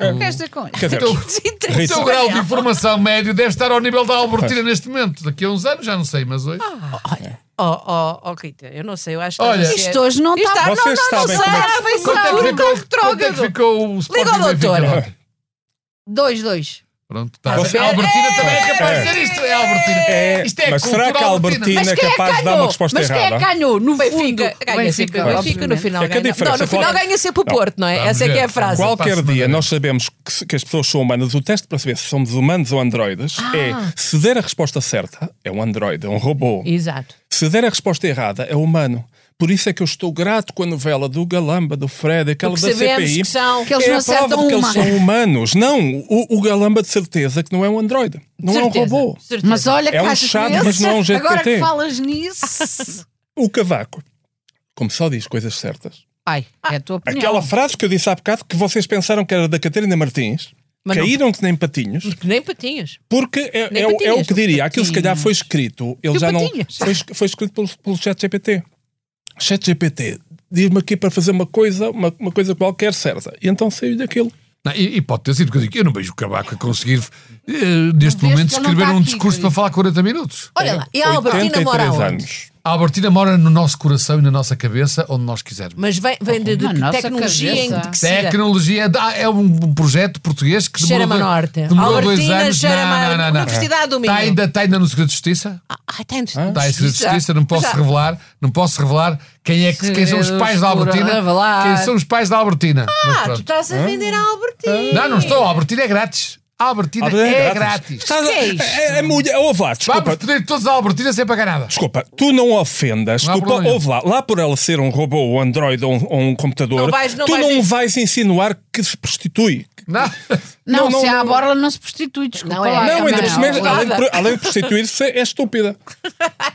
[SPEAKER 2] É.
[SPEAKER 4] O-
[SPEAKER 1] Queres dizer com isso?
[SPEAKER 2] Quer dizer,
[SPEAKER 4] Então- O
[SPEAKER 2] Rita,
[SPEAKER 4] teu grau de informação médio deve estar ao nível da Albertina neste momento. Daqui a uns anos, já não sei, mas hoje.
[SPEAKER 3] Ah, Olha, oh, oh, oh, Rita, eu não sei, eu acho que
[SPEAKER 4] Olha,
[SPEAKER 3] deve ser-
[SPEAKER 1] Isto hoje não
[SPEAKER 3] Isto é
[SPEAKER 1] está.
[SPEAKER 3] não,
[SPEAKER 2] Vocês
[SPEAKER 3] não, não
[SPEAKER 2] sabem como é que-
[SPEAKER 3] sabem,
[SPEAKER 4] quanto, é que
[SPEAKER 3] sabem.
[SPEAKER 4] ficou, quanto é que ficou o Sporting
[SPEAKER 3] Liga ao
[SPEAKER 4] Benfica
[SPEAKER 3] doutor.
[SPEAKER 4] ontem?
[SPEAKER 1] Dois, dois.
[SPEAKER 4] Pronto, tá.
[SPEAKER 2] Você-
[SPEAKER 4] A Albertina também é capaz de
[SPEAKER 2] É.
[SPEAKER 4] dizer isto. É a Albertina.
[SPEAKER 2] É,
[SPEAKER 4] isto é
[SPEAKER 2] mas
[SPEAKER 4] cultura
[SPEAKER 2] será que a Albertina
[SPEAKER 1] Mas
[SPEAKER 2] é
[SPEAKER 1] quem é que
[SPEAKER 2] capaz de dar uma
[SPEAKER 1] ganhou?
[SPEAKER 2] resposta
[SPEAKER 1] Mas quem é que
[SPEAKER 2] errada?
[SPEAKER 1] ganhou? No
[SPEAKER 3] Benfica,
[SPEAKER 1] fundo,
[SPEAKER 3] ganha sempre o Benfica no
[SPEAKER 1] obviamente.
[SPEAKER 3] final.
[SPEAKER 2] É que a
[SPEAKER 3] ganha.
[SPEAKER 2] diferença
[SPEAKER 3] Não, no final
[SPEAKER 2] fora-
[SPEAKER 3] ganha sempre o
[SPEAKER 2] Não,
[SPEAKER 3] Porto, não é?
[SPEAKER 4] vamos
[SPEAKER 3] Essa é que
[SPEAKER 4] ver.
[SPEAKER 3] é a frase.
[SPEAKER 4] Qual-
[SPEAKER 2] Qualquer
[SPEAKER 4] Passa de
[SPEAKER 2] dia
[SPEAKER 4] maneira.
[SPEAKER 2] nós sabemos que, se- que as pessoas são humanas. O teste para saber se somos humanos ou androides é
[SPEAKER 3] Ah.
[SPEAKER 2] se der a resposta certa, é um androide, é um robô.
[SPEAKER 3] Exato.
[SPEAKER 2] Se der a resposta errada, é humano. Por isso é que eu estou grato com a novela do Galamba, do Fred, aquela
[SPEAKER 3] Porque
[SPEAKER 2] da
[SPEAKER 3] sabemos
[SPEAKER 2] CPI.
[SPEAKER 3] que são.
[SPEAKER 1] Que eles
[SPEAKER 2] é
[SPEAKER 1] não
[SPEAKER 2] a prova
[SPEAKER 1] acertam
[SPEAKER 2] de que
[SPEAKER 1] uma.
[SPEAKER 2] eles são humanos. Não, o, o Galamba de certeza que não é um androide. Não é um
[SPEAKER 3] Certeza,
[SPEAKER 2] robô.
[SPEAKER 3] certeza.
[SPEAKER 1] Mas olha que
[SPEAKER 2] É um
[SPEAKER 1] achas
[SPEAKER 2] chato,
[SPEAKER 1] que
[SPEAKER 2] mas não é um GPT.
[SPEAKER 1] Agora que falas nisso.
[SPEAKER 2] O Cavaco, como só diz coisas certas.
[SPEAKER 1] Ai, é a tua opinião.
[SPEAKER 2] Aquela frase que eu disse há bocado que vocês pensaram que era da Catarina Martins,
[SPEAKER 3] Mas não.
[SPEAKER 2] caíram que nem patinhos.
[SPEAKER 3] Que Nem patinhas.
[SPEAKER 2] Porque é,
[SPEAKER 3] Nem
[SPEAKER 2] é o- é o
[SPEAKER 3] patinhas,
[SPEAKER 2] que diria. Aquilo se calhar
[SPEAKER 1] patinhas.
[SPEAKER 2] foi escrito. Ele
[SPEAKER 1] Tu
[SPEAKER 2] já não.
[SPEAKER 1] patinhas.
[SPEAKER 2] Foi, es- foi escrito pelo, pelo ChatGPT. ChatGPT, diz-me aqui para fazer uma coisa, uma, uma coisa qualquer certa. E então saiu daquilo.
[SPEAKER 4] Não, e, e pode ter sido, porque eu digo, eu não vejo o Cabaco a conseguir, eh,
[SPEAKER 1] Não
[SPEAKER 4] neste
[SPEAKER 1] vês
[SPEAKER 4] momento,
[SPEAKER 1] que ele não
[SPEAKER 3] tá
[SPEAKER 4] escrever
[SPEAKER 1] está
[SPEAKER 4] um
[SPEAKER 1] aqui,
[SPEAKER 4] discurso
[SPEAKER 1] querido.
[SPEAKER 4] para falar 40 minutos.
[SPEAKER 3] Olha lá, e a Albertina
[SPEAKER 2] 83
[SPEAKER 3] mora onde?
[SPEAKER 2] anos.
[SPEAKER 4] A Albertina mora no nosso coração e na nossa cabeça, onde nós quisermos.
[SPEAKER 3] Mas vem, vem de, de
[SPEAKER 1] Na nossa
[SPEAKER 3] tecnologia
[SPEAKER 1] cabeça.
[SPEAKER 3] enriquecida.
[SPEAKER 4] Tecnologia da- é um projeto português que demorou,
[SPEAKER 3] Cheira-me
[SPEAKER 4] dois-
[SPEAKER 3] a norte.
[SPEAKER 4] demorou dois
[SPEAKER 3] Albertina
[SPEAKER 4] anos.
[SPEAKER 3] cheira-me a
[SPEAKER 4] não, não, não, não.
[SPEAKER 3] Universidade do
[SPEAKER 4] Está
[SPEAKER 3] Minho.
[SPEAKER 4] ainda, está ainda no Segredo de Justiça?
[SPEAKER 3] Ah, tem de-
[SPEAKER 4] Está em Segredo de
[SPEAKER 3] Justiça.
[SPEAKER 4] Justiça, não posso
[SPEAKER 3] Já.
[SPEAKER 4] revelar, não posso revelar quem é que quem são os
[SPEAKER 1] Segredos
[SPEAKER 4] pais da
[SPEAKER 1] por
[SPEAKER 4] Albertina.
[SPEAKER 1] revelar.
[SPEAKER 4] Quem são os pais da Albertina? Mas
[SPEAKER 3] Ah, tu
[SPEAKER 4] pronto.
[SPEAKER 3] estás a vender a Albertina.
[SPEAKER 4] Não, não estou, a Albertina é grátis. A Albertina é grátis.
[SPEAKER 2] Estás a-
[SPEAKER 3] Que é isto?
[SPEAKER 2] é, é mulher. Ouve lá, desculpa.
[SPEAKER 4] Vamos pedir todos a Albertina sem pagar nada.
[SPEAKER 2] Desculpa, tu não ofendas,
[SPEAKER 4] Não há
[SPEAKER 2] tu, po-
[SPEAKER 4] problema.
[SPEAKER 2] ouve lá, lá por ela ser um robô, ou android ou um, ou um computador,
[SPEAKER 3] Não vais- não
[SPEAKER 2] tu
[SPEAKER 3] vais
[SPEAKER 2] não
[SPEAKER 3] dizer-
[SPEAKER 2] vais insinuar que se prostitui.
[SPEAKER 4] Não.
[SPEAKER 1] Não,
[SPEAKER 2] Não, não,
[SPEAKER 1] se há a
[SPEAKER 2] não.
[SPEAKER 1] borla não se prostitui, desculpa.
[SPEAKER 3] Não é.
[SPEAKER 1] lá,
[SPEAKER 3] Ah,
[SPEAKER 2] não,
[SPEAKER 1] também
[SPEAKER 2] ainda por cima,
[SPEAKER 3] não.
[SPEAKER 2] além, de- além de prostituir-se, é estúpida.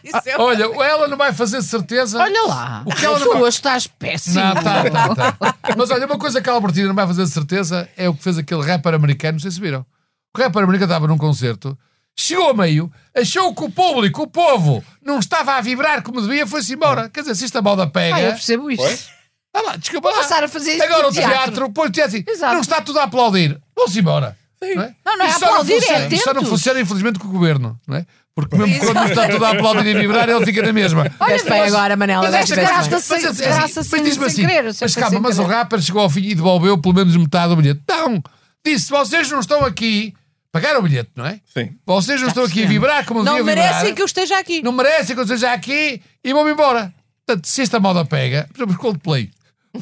[SPEAKER 3] Isso é-
[SPEAKER 4] Olha, ela não vai fazer de certeza.
[SPEAKER 1] Olha lá.
[SPEAKER 4] O que é ela
[SPEAKER 1] tu
[SPEAKER 4] não vai...
[SPEAKER 1] hoje estás péssimo.
[SPEAKER 4] Não, tá, tá, tá. Mas olha, uma coisa que a Albertina não vai fazer de certeza é o que fez aquele rapper americano, não sei se viram. O rapper americano estava num concerto, chegou a meio, achou que o público, o povo, não estava a vibrar como devia, foi-se embora. Quer dizer, se esta balda
[SPEAKER 1] Ah, eu
[SPEAKER 4] pega.
[SPEAKER 1] percebo isto.
[SPEAKER 2] Pois.
[SPEAKER 4] Ah lá, desculpa lá.
[SPEAKER 1] Passar a fazer isso
[SPEAKER 4] Agora
[SPEAKER 1] no
[SPEAKER 4] o teatro,
[SPEAKER 1] teatro.
[SPEAKER 4] pôs o teatro assim,
[SPEAKER 1] Exato.
[SPEAKER 4] não está tudo a aplaudir. Vão-se embora. Não, é?
[SPEAKER 1] Não, não é
[SPEAKER 4] Isso
[SPEAKER 1] aplaudir, é
[SPEAKER 4] funciona, isso só não
[SPEAKER 1] atentos.
[SPEAKER 4] funciona, infelizmente, com o governo, não é? Porque mesmo quando está tudo a aplaudir e vibrar, ele fica na mesma.
[SPEAKER 3] Veste bem agora, Manela.
[SPEAKER 1] mas
[SPEAKER 3] veste
[SPEAKER 1] esta
[SPEAKER 3] bem.
[SPEAKER 1] graça-
[SPEAKER 4] Mas,
[SPEAKER 1] sem-
[SPEAKER 4] é assim,
[SPEAKER 1] graça
[SPEAKER 4] mas
[SPEAKER 1] sem-
[SPEAKER 4] diz-me
[SPEAKER 1] sem
[SPEAKER 4] assim,
[SPEAKER 1] querer,
[SPEAKER 4] Mas
[SPEAKER 1] sempre
[SPEAKER 4] calma,
[SPEAKER 1] sem
[SPEAKER 4] mas o
[SPEAKER 1] querer.
[SPEAKER 4] rapper chegou ao fim e devolveu pelo menos metade do bilhete. Não! Disse, vocês não estão aqui. Pagaram o bilhete, não é?
[SPEAKER 2] Sim.
[SPEAKER 4] Vocês não estão aqui a
[SPEAKER 1] percebemos.
[SPEAKER 4] vibrar como
[SPEAKER 3] Não
[SPEAKER 4] devia
[SPEAKER 3] merecem
[SPEAKER 4] vibrar.
[SPEAKER 3] que eu esteja aqui.
[SPEAKER 4] Não merecem que eu esteja aqui e vão-me embora. Portanto, se esta moda pega, por exemplo, Coldplay,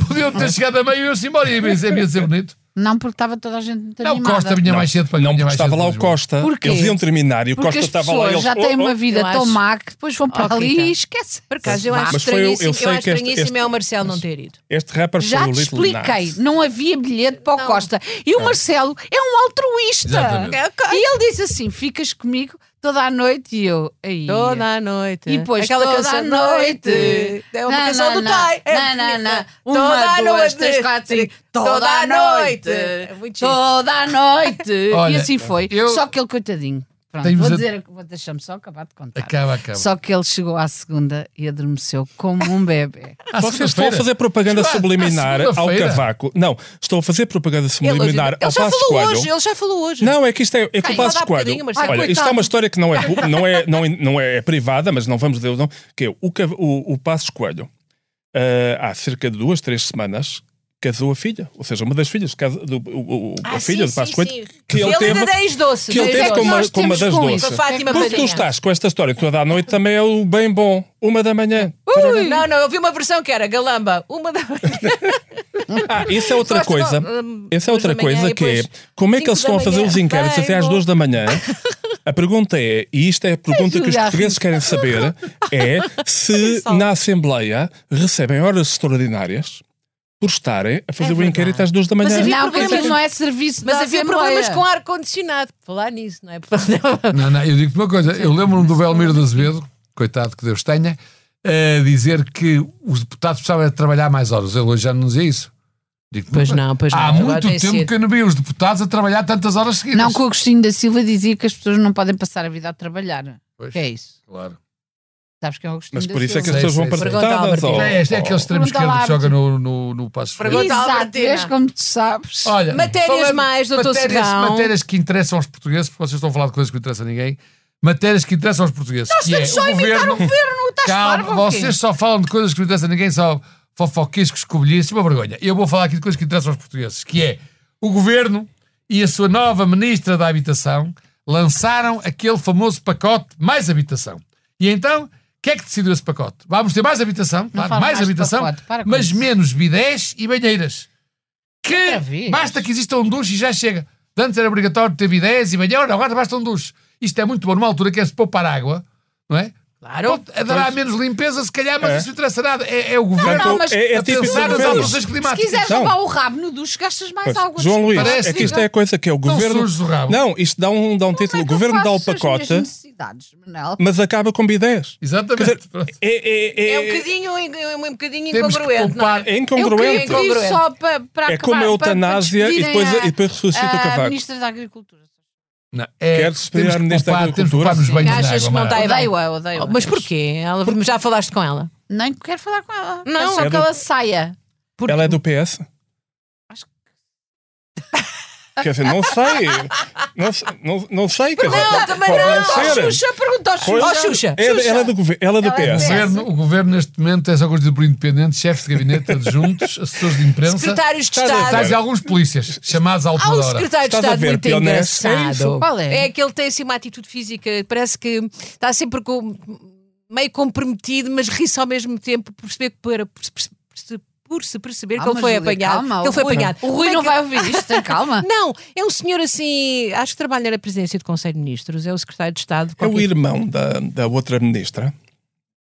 [SPEAKER 4] podiam ter chegado a meio e eu-se embora. Ia ser, ia ser bonito.
[SPEAKER 1] Não, porque estava toda a gente muito
[SPEAKER 4] Não,
[SPEAKER 1] animada.
[SPEAKER 4] Costa vinha mais cedo para
[SPEAKER 2] Não, porque
[SPEAKER 4] vinha mais
[SPEAKER 2] estava
[SPEAKER 4] cedo
[SPEAKER 2] lá
[SPEAKER 4] para
[SPEAKER 2] o
[SPEAKER 4] Lisboa.
[SPEAKER 2] Costa,
[SPEAKER 1] Porquê?
[SPEAKER 2] eles iam terminar e o
[SPEAKER 1] Porque
[SPEAKER 2] Costa
[SPEAKER 1] as
[SPEAKER 2] estava lá
[SPEAKER 1] pessoas
[SPEAKER 2] e eles.
[SPEAKER 1] já
[SPEAKER 2] "Oh,
[SPEAKER 1] têm
[SPEAKER 2] oh".
[SPEAKER 1] uma vida
[SPEAKER 3] Eu
[SPEAKER 1] tão
[SPEAKER 3] acho-
[SPEAKER 1] má que depois vão para
[SPEAKER 3] Oh,
[SPEAKER 1] ali
[SPEAKER 3] Rita.
[SPEAKER 1] e esquecem.
[SPEAKER 3] Por acaso, eu acho
[SPEAKER 2] Mas foi eu- eu
[SPEAKER 3] estranhíssimo,
[SPEAKER 2] sei
[SPEAKER 3] eu acho
[SPEAKER 2] que este-
[SPEAKER 3] estranhíssimo
[SPEAKER 2] este-
[SPEAKER 3] é o Marcelo não ter ido.
[SPEAKER 2] Este rapper
[SPEAKER 1] Já
[SPEAKER 2] foi o
[SPEAKER 1] te
[SPEAKER 2] Little
[SPEAKER 1] expliquei,
[SPEAKER 2] Nas.
[SPEAKER 1] não havia bilhete para o Costa. E o Marcelo é um altruísta.
[SPEAKER 4] Exatamente.
[SPEAKER 3] É,
[SPEAKER 1] E ele disse assim: ficas comigo toda a noite e eu. Aí.
[SPEAKER 3] Toda a noite.
[SPEAKER 1] E depois
[SPEAKER 3] Aquela
[SPEAKER 1] toda
[SPEAKER 3] canção
[SPEAKER 1] a noite.
[SPEAKER 3] É uma
[SPEAKER 1] Na,
[SPEAKER 3] canção
[SPEAKER 1] na,
[SPEAKER 3] do
[SPEAKER 1] na.
[SPEAKER 3] Tai. é
[SPEAKER 1] Na, na,
[SPEAKER 3] bonita.
[SPEAKER 1] na.
[SPEAKER 3] Toda
[SPEAKER 1] Uma,
[SPEAKER 3] a
[SPEAKER 1] duas,
[SPEAKER 3] noite.
[SPEAKER 1] três, quatro, cinco.
[SPEAKER 3] Toda a noite.
[SPEAKER 1] É
[SPEAKER 3] muito chique.
[SPEAKER 1] Toda a noite. e
[SPEAKER 4] Olha,
[SPEAKER 1] assim foi.
[SPEAKER 4] eu-
[SPEAKER 1] Só que ele, coitadinho. Pronto,
[SPEAKER 4] Tenho-vos
[SPEAKER 1] vou
[SPEAKER 4] a-
[SPEAKER 1] dizer, vou deixar-me só acabar de contar.
[SPEAKER 4] Acaba, acaba.
[SPEAKER 1] Só que ele chegou à segunda e adormeceu como um bebê.
[SPEAKER 4] À
[SPEAKER 2] Ah, Vocês estão a
[SPEAKER 4] segunda-feira.
[SPEAKER 2] fazer propaganda
[SPEAKER 4] Claro, à
[SPEAKER 2] subliminar ao
[SPEAKER 4] segunda-feira.
[SPEAKER 2] Cavaco. Não, estão a fazer propaganda
[SPEAKER 3] Ele, hoje-
[SPEAKER 2] subliminar
[SPEAKER 3] ele
[SPEAKER 2] ao
[SPEAKER 3] já
[SPEAKER 2] Passos
[SPEAKER 3] falou
[SPEAKER 2] Coelho.
[SPEAKER 3] hoje, ele já falou hoje.
[SPEAKER 2] Não, é que isto é, é que
[SPEAKER 3] Quem?
[SPEAKER 2] o Passos
[SPEAKER 3] Dá um
[SPEAKER 2] Coelho.
[SPEAKER 3] bocadinho, Marcelo.
[SPEAKER 2] Olha,
[SPEAKER 3] Ai,
[SPEAKER 2] isto é uma história que não é, pu- não é, não é, não é, é privada, mas não vamos dizer o nome, que é o, Cav- o, o Passos Coelho, ah, há cerca de duas, três semanas, casou a filha, ou seja, uma das filhas, casa- do, o- o- a
[SPEAKER 3] Ah,
[SPEAKER 2] filha
[SPEAKER 3] sim,
[SPEAKER 2] de Passos
[SPEAKER 3] sim,
[SPEAKER 2] Coelho,
[SPEAKER 3] sim.
[SPEAKER 2] que ele
[SPEAKER 3] Ele
[SPEAKER 2] teve,
[SPEAKER 3] ainda dá as doces,
[SPEAKER 2] que ele
[SPEAKER 3] mas
[SPEAKER 2] teve
[SPEAKER 3] é que
[SPEAKER 2] como, a-
[SPEAKER 1] nós
[SPEAKER 2] como a
[SPEAKER 1] temos
[SPEAKER 2] das
[SPEAKER 1] com
[SPEAKER 2] doces.
[SPEAKER 1] isso? é
[SPEAKER 3] Com a Fátima
[SPEAKER 2] Porque tu
[SPEAKER 3] Padrinha.
[SPEAKER 2] estás com esta história toda à noite também é o bem bom, uma da manhã.
[SPEAKER 3] Não, não, eu vi uma versão que era Galamba, uma da
[SPEAKER 2] Ah, isso é outra
[SPEAKER 3] Gosto,
[SPEAKER 2] coisa.
[SPEAKER 3] hum,
[SPEAKER 2] Essa é
[SPEAKER 3] duas
[SPEAKER 2] outra
[SPEAKER 3] da manhã
[SPEAKER 2] coisa
[SPEAKER 3] e
[SPEAKER 2] que é
[SPEAKER 3] depois
[SPEAKER 2] como é que
[SPEAKER 3] cinco
[SPEAKER 2] eles
[SPEAKER 3] da
[SPEAKER 2] estão a fazer
[SPEAKER 3] manhã.
[SPEAKER 2] os inquéritos
[SPEAKER 3] Bem
[SPEAKER 2] até às
[SPEAKER 3] bom.
[SPEAKER 2] duas da manhã? A pergunta é, e isto é a pergunta que os
[SPEAKER 1] Julia,
[SPEAKER 2] portugueses querem saber, é se na Assembleia recebem horas extraordinárias por estarem a fazer
[SPEAKER 3] É
[SPEAKER 2] o inquérito
[SPEAKER 3] verdade.
[SPEAKER 2] às duas da
[SPEAKER 3] Mas
[SPEAKER 2] manhã.
[SPEAKER 3] havia
[SPEAKER 1] Não,
[SPEAKER 3] problemas-
[SPEAKER 1] porque aquilo não é serviço
[SPEAKER 3] Mas
[SPEAKER 1] da
[SPEAKER 3] havia
[SPEAKER 1] Assembleia.
[SPEAKER 3] problemas com ar-condicionado. Falar nisso, não é?
[SPEAKER 4] Não, não, eu digo-te uma coisa. Eu lembro-me do Belmiro de Azevedo, coitado que Deus tenha, a dizer que os deputados precisavam era de trabalhar mais horas. Ele hoje já não dizia isso. Digo-te uma
[SPEAKER 3] Pois
[SPEAKER 4] coisa.
[SPEAKER 3] não, pois não.
[SPEAKER 4] Há
[SPEAKER 3] Agora
[SPEAKER 4] muito
[SPEAKER 3] tem
[SPEAKER 4] tempo
[SPEAKER 3] sido.
[SPEAKER 4] que eu não vi os deputados a trabalhar tantas horas seguidas.
[SPEAKER 1] Não que o Agostinho da Silva dizia que as pessoas não podem passar a vida a trabalhar.
[SPEAKER 4] Pois,
[SPEAKER 1] Que é isso?
[SPEAKER 4] claro.
[SPEAKER 1] Sabes quem é o Agostinho
[SPEAKER 2] Mas
[SPEAKER 1] da
[SPEAKER 2] por isso é que as
[SPEAKER 1] Silva?
[SPEAKER 4] Sei,
[SPEAKER 2] pessoas vão
[SPEAKER 4] sei,
[SPEAKER 2] para
[SPEAKER 4] sei.
[SPEAKER 2] deputadas.
[SPEAKER 3] Pergunta à
[SPEAKER 2] ou-
[SPEAKER 4] É, este é aquele extremo
[SPEAKER 1] Pergunta
[SPEAKER 4] esquerdo
[SPEAKER 1] lá,
[SPEAKER 4] que joga no, no, no Passo Freire.
[SPEAKER 3] Pergunta à
[SPEAKER 1] Exato,
[SPEAKER 3] Albertina.
[SPEAKER 1] vês como tu sabes.
[SPEAKER 4] Olha,
[SPEAKER 3] Matérias mais, doutor
[SPEAKER 4] matérias,
[SPEAKER 3] Serrão.
[SPEAKER 4] matérias que interessam aos portugueses, porque vocês estão a falar de coisas que não interessam a ninguém. Matérias que interessam aos portugueses. Nós que é,
[SPEAKER 1] só a
[SPEAKER 4] o
[SPEAKER 1] imitar
[SPEAKER 4] governo,
[SPEAKER 1] o governo, estás
[SPEAKER 4] Calma,
[SPEAKER 1] parvo ou quê?
[SPEAKER 4] vocês só falam de coisas que não interessam a ninguém, só fofoquiscos, cobilhices, é uma vergonha. Eu vou falar aqui de coisas que interessam aos portugueses, que é o governo e a sua nova ministra da Habitação lançaram aquele famoso pacote Mais Habitação. E então, o que é que decidiu esse pacote? Vamos ter mais habitação, claro,
[SPEAKER 1] falo
[SPEAKER 4] mais,
[SPEAKER 1] mais de
[SPEAKER 4] habitação,
[SPEAKER 1] pacote, para com
[SPEAKER 4] mas
[SPEAKER 1] isso.
[SPEAKER 4] menos bidés e banheiras.
[SPEAKER 1] Outra
[SPEAKER 4] Que
[SPEAKER 1] vez?
[SPEAKER 4] basta que existam um duche e já chega. De Antes era obrigatório ter bidés e banheira, agora basta um duche. Isto é muito bom numa altura que é se poupar água, não é?
[SPEAKER 3] Claro.
[SPEAKER 4] Pronto, dará menos limpeza, se calhar, mas
[SPEAKER 2] É.
[SPEAKER 4] isso não interessa nada. É, é o governo
[SPEAKER 1] Não, não, mas-
[SPEAKER 2] é, é
[SPEAKER 4] a
[SPEAKER 2] típico do
[SPEAKER 4] pensar nas
[SPEAKER 2] governo.
[SPEAKER 4] alterações
[SPEAKER 1] Se
[SPEAKER 4] climáticas.
[SPEAKER 1] quiseres
[SPEAKER 2] Não.
[SPEAKER 1] levar o rabo no duche, gastas mais
[SPEAKER 2] Pois,
[SPEAKER 1] água.
[SPEAKER 2] João Luís,
[SPEAKER 4] Parece
[SPEAKER 2] é que isto é a coisa que é o
[SPEAKER 4] Não
[SPEAKER 2] governo.
[SPEAKER 4] surge do rabo.
[SPEAKER 2] Não, isto dá um, dá um
[SPEAKER 3] é
[SPEAKER 2] título. O
[SPEAKER 1] é
[SPEAKER 2] governo dá o pacote,
[SPEAKER 3] assim.
[SPEAKER 2] É
[SPEAKER 1] necessidades, Manel.
[SPEAKER 2] mas acaba com bidez.
[SPEAKER 4] Exatamente.
[SPEAKER 2] Quer dizer,
[SPEAKER 4] Pronto.
[SPEAKER 2] é, é,
[SPEAKER 3] É um
[SPEAKER 2] é,
[SPEAKER 3] bocadinho, in- um bocadinho
[SPEAKER 4] Temos que
[SPEAKER 3] incongruente, não é?
[SPEAKER 4] poupar.
[SPEAKER 2] é
[SPEAKER 1] Eu queria
[SPEAKER 2] incongruente.
[SPEAKER 1] que isso só para, para
[SPEAKER 2] É como a
[SPEAKER 1] acabar, para- para
[SPEAKER 2] eutanásia e
[SPEAKER 1] despedirem
[SPEAKER 2] depois-
[SPEAKER 1] a-
[SPEAKER 2] e depois ressuscita
[SPEAKER 1] a
[SPEAKER 2] Cavaco.
[SPEAKER 1] Ministra da Agricultura.
[SPEAKER 4] Não, é,
[SPEAKER 2] Quer-se esperar
[SPEAKER 4] temos que
[SPEAKER 2] nesta
[SPEAKER 4] poupar, temos que
[SPEAKER 2] agricultura?
[SPEAKER 4] poupar nos
[SPEAKER 2] Sim,
[SPEAKER 4] banhos
[SPEAKER 3] achas
[SPEAKER 4] de água,
[SPEAKER 3] que não
[SPEAKER 4] Mara.
[SPEAKER 3] dá- Ai, bem.
[SPEAKER 1] Odeio-a, odeio-a.
[SPEAKER 3] Mas porquê? Ela- Já falaste com ela?
[SPEAKER 1] Nem quero falar com ela.
[SPEAKER 3] Não.
[SPEAKER 1] Não. Só
[SPEAKER 2] É
[SPEAKER 1] que
[SPEAKER 2] do-
[SPEAKER 1] ela saia.
[SPEAKER 3] Porque-
[SPEAKER 2] Ela é do PS?
[SPEAKER 1] Acho
[SPEAKER 2] Quer dizer, não sei. Não, se- não, não sei, quer dizer.
[SPEAKER 3] Não, também
[SPEAKER 2] pode
[SPEAKER 3] não.
[SPEAKER 2] ser.
[SPEAKER 1] Ó, Xuxa, pergunta ao
[SPEAKER 2] Pois-
[SPEAKER 1] Xuxa.
[SPEAKER 3] Ó, Xuxa, Oh,
[SPEAKER 2] É-
[SPEAKER 3] Xuxa.
[SPEAKER 2] Ela é do, gover- ela é do
[SPEAKER 1] Ela é
[SPEAKER 4] O
[SPEAKER 1] do
[SPEAKER 2] PS.
[SPEAKER 1] PS.
[SPEAKER 4] governo, o governo, neste momento, é só constituído por independentes, chefes de gabinete, adjuntos, assessores de imprensa,
[SPEAKER 3] Secretários de
[SPEAKER 2] Estás a
[SPEAKER 3] Estado.
[SPEAKER 2] ver?
[SPEAKER 4] secretários e alguns polícias, chamados à
[SPEAKER 3] Há
[SPEAKER 4] última
[SPEAKER 3] um
[SPEAKER 4] hora.
[SPEAKER 3] secretário de
[SPEAKER 2] Estás a
[SPEAKER 3] Estado
[SPEAKER 2] ver,
[SPEAKER 3] muito
[SPEAKER 2] Pioneiro, é isso?
[SPEAKER 3] engraçado.
[SPEAKER 1] Qual é?
[SPEAKER 3] que ele tem assim uma atitude física, parece que está sempre com- meio comprometido, mas ri-se ao mesmo tempo por perceber que para- por, se- por se- por se perceber que
[SPEAKER 1] Calma,
[SPEAKER 3] ele foi
[SPEAKER 1] Ah, Júlia,
[SPEAKER 3] apanhado.
[SPEAKER 1] calma.
[SPEAKER 3] que ele foi
[SPEAKER 1] O Rui-
[SPEAKER 3] apanhado.
[SPEAKER 1] O Rui
[SPEAKER 3] Como é
[SPEAKER 1] não
[SPEAKER 3] que-
[SPEAKER 1] vai ouvir isto, tem calma.
[SPEAKER 3] Não, é um senhor assim, acho que trabalha na presidência do Conselho de Ministros, é o secretário de Estado.
[SPEAKER 2] É o
[SPEAKER 3] qualquer-
[SPEAKER 2] irmão da, da outra ministra.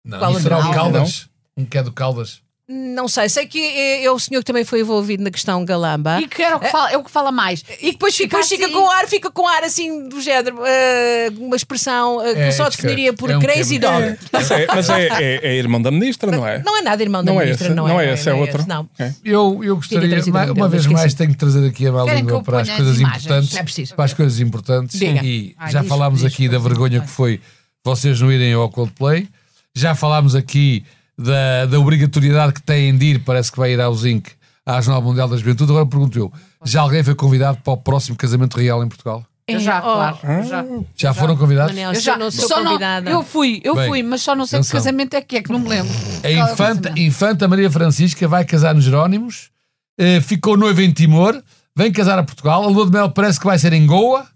[SPEAKER 4] Não,
[SPEAKER 3] Qual
[SPEAKER 4] isso será
[SPEAKER 3] não?
[SPEAKER 4] o Caldas? Um que é do Caldas?
[SPEAKER 3] Não sei, sei que é, é o senhor que também foi envolvido na questão Galamba.
[SPEAKER 1] E que era o que fala, é o que fala mais.
[SPEAKER 3] E depois fica,
[SPEAKER 1] Fica
[SPEAKER 3] fica
[SPEAKER 1] assim.
[SPEAKER 3] com ar, fica com ar assim do género, eh, uma expressão eh, que
[SPEAKER 4] É,
[SPEAKER 3] eu só
[SPEAKER 4] discreto.
[SPEAKER 3] definiria por
[SPEAKER 4] É um
[SPEAKER 3] crazy
[SPEAKER 4] termo.
[SPEAKER 3] dog.
[SPEAKER 4] É.
[SPEAKER 2] Mas é, mas é, é, é irmão da ministra, não é?
[SPEAKER 3] Não é nada, irmão da
[SPEAKER 2] Não é
[SPEAKER 3] ministra,
[SPEAKER 2] esse,
[SPEAKER 3] não é?
[SPEAKER 2] não é esse, é outro.
[SPEAKER 3] esse, não.
[SPEAKER 2] Ok.
[SPEAKER 4] Eu, eu gostaria,
[SPEAKER 3] trazido
[SPEAKER 4] ma-
[SPEAKER 3] um
[SPEAKER 4] uma
[SPEAKER 3] deles,
[SPEAKER 4] vez
[SPEAKER 3] esqueci.
[SPEAKER 4] mais, tenho que trazer aqui a má
[SPEAKER 1] Querem que
[SPEAKER 4] língua
[SPEAKER 1] eu
[SPEAKER 4] para as
[SPEAKER 1] ponha
[SPEAKER 4] coisas
[SPEAKER 1] as imagens?
[SPEAKER 4] importantes.
[SPEAKER 1] Não é preciso.
[SPEAKER 4] Para as coisas importantes.
[SPEAKER 3] Diga.
[SPEAKER 4] E
[SPEAKER 1] Ai,
[SPEAKER 4] já
[SPEAKER 1] diz,
[SPEAKER 4] falámos
[SPEAKER 1] diz,
[SPEAKER 4] aqui da
[SPEAKER 1] coisa
[SPEAKER 4] vergonha que foi vocês não irem ao Coldplay. Já falámos aqui da, da obrigatoriedade que têm de ir, parece que vai ir ao Zinc, à Jornal Mundial da Juventude. Agora pergunto eu, já alguém foi convidado para o próximo casamento real em Portugal?
[SPEAKER 1] Eu já,
[SPEAKER 3] É, oh,
[SPEAKER 1] claro. eu já.
[SPEAKER 4] Já foram convidados?
[SPEAKER 3] Manel,
[SPEAKER 1] Eu
[SPEAKER 3] eu
[SPEAKER 1] já
[SPEAKER 3] não sou
[SPEAKER 1] só não-
[SPEAKER 3] convidada.
[SPEAKER 1] eu fui, eu
[SPEAKER 4] Bem,
[SPEAKER 1] fui, mas só não sei que
[SPEAKER 4] atenção.
[SPEAKER 1] casamento é que é, que não me lembro.
[SPEAKER 4] A
[SPEAKER 1] Qual é o
[SPEAKER 4] infanta,
[SPEAKER 1] casamento?
[SPEAKER 4] infanta Maria Francisca vai casar nos Jerónimos, eh, ficou noiva em Timor, vem casar a Portugal, a lua de mel parece que vai ser em Goa.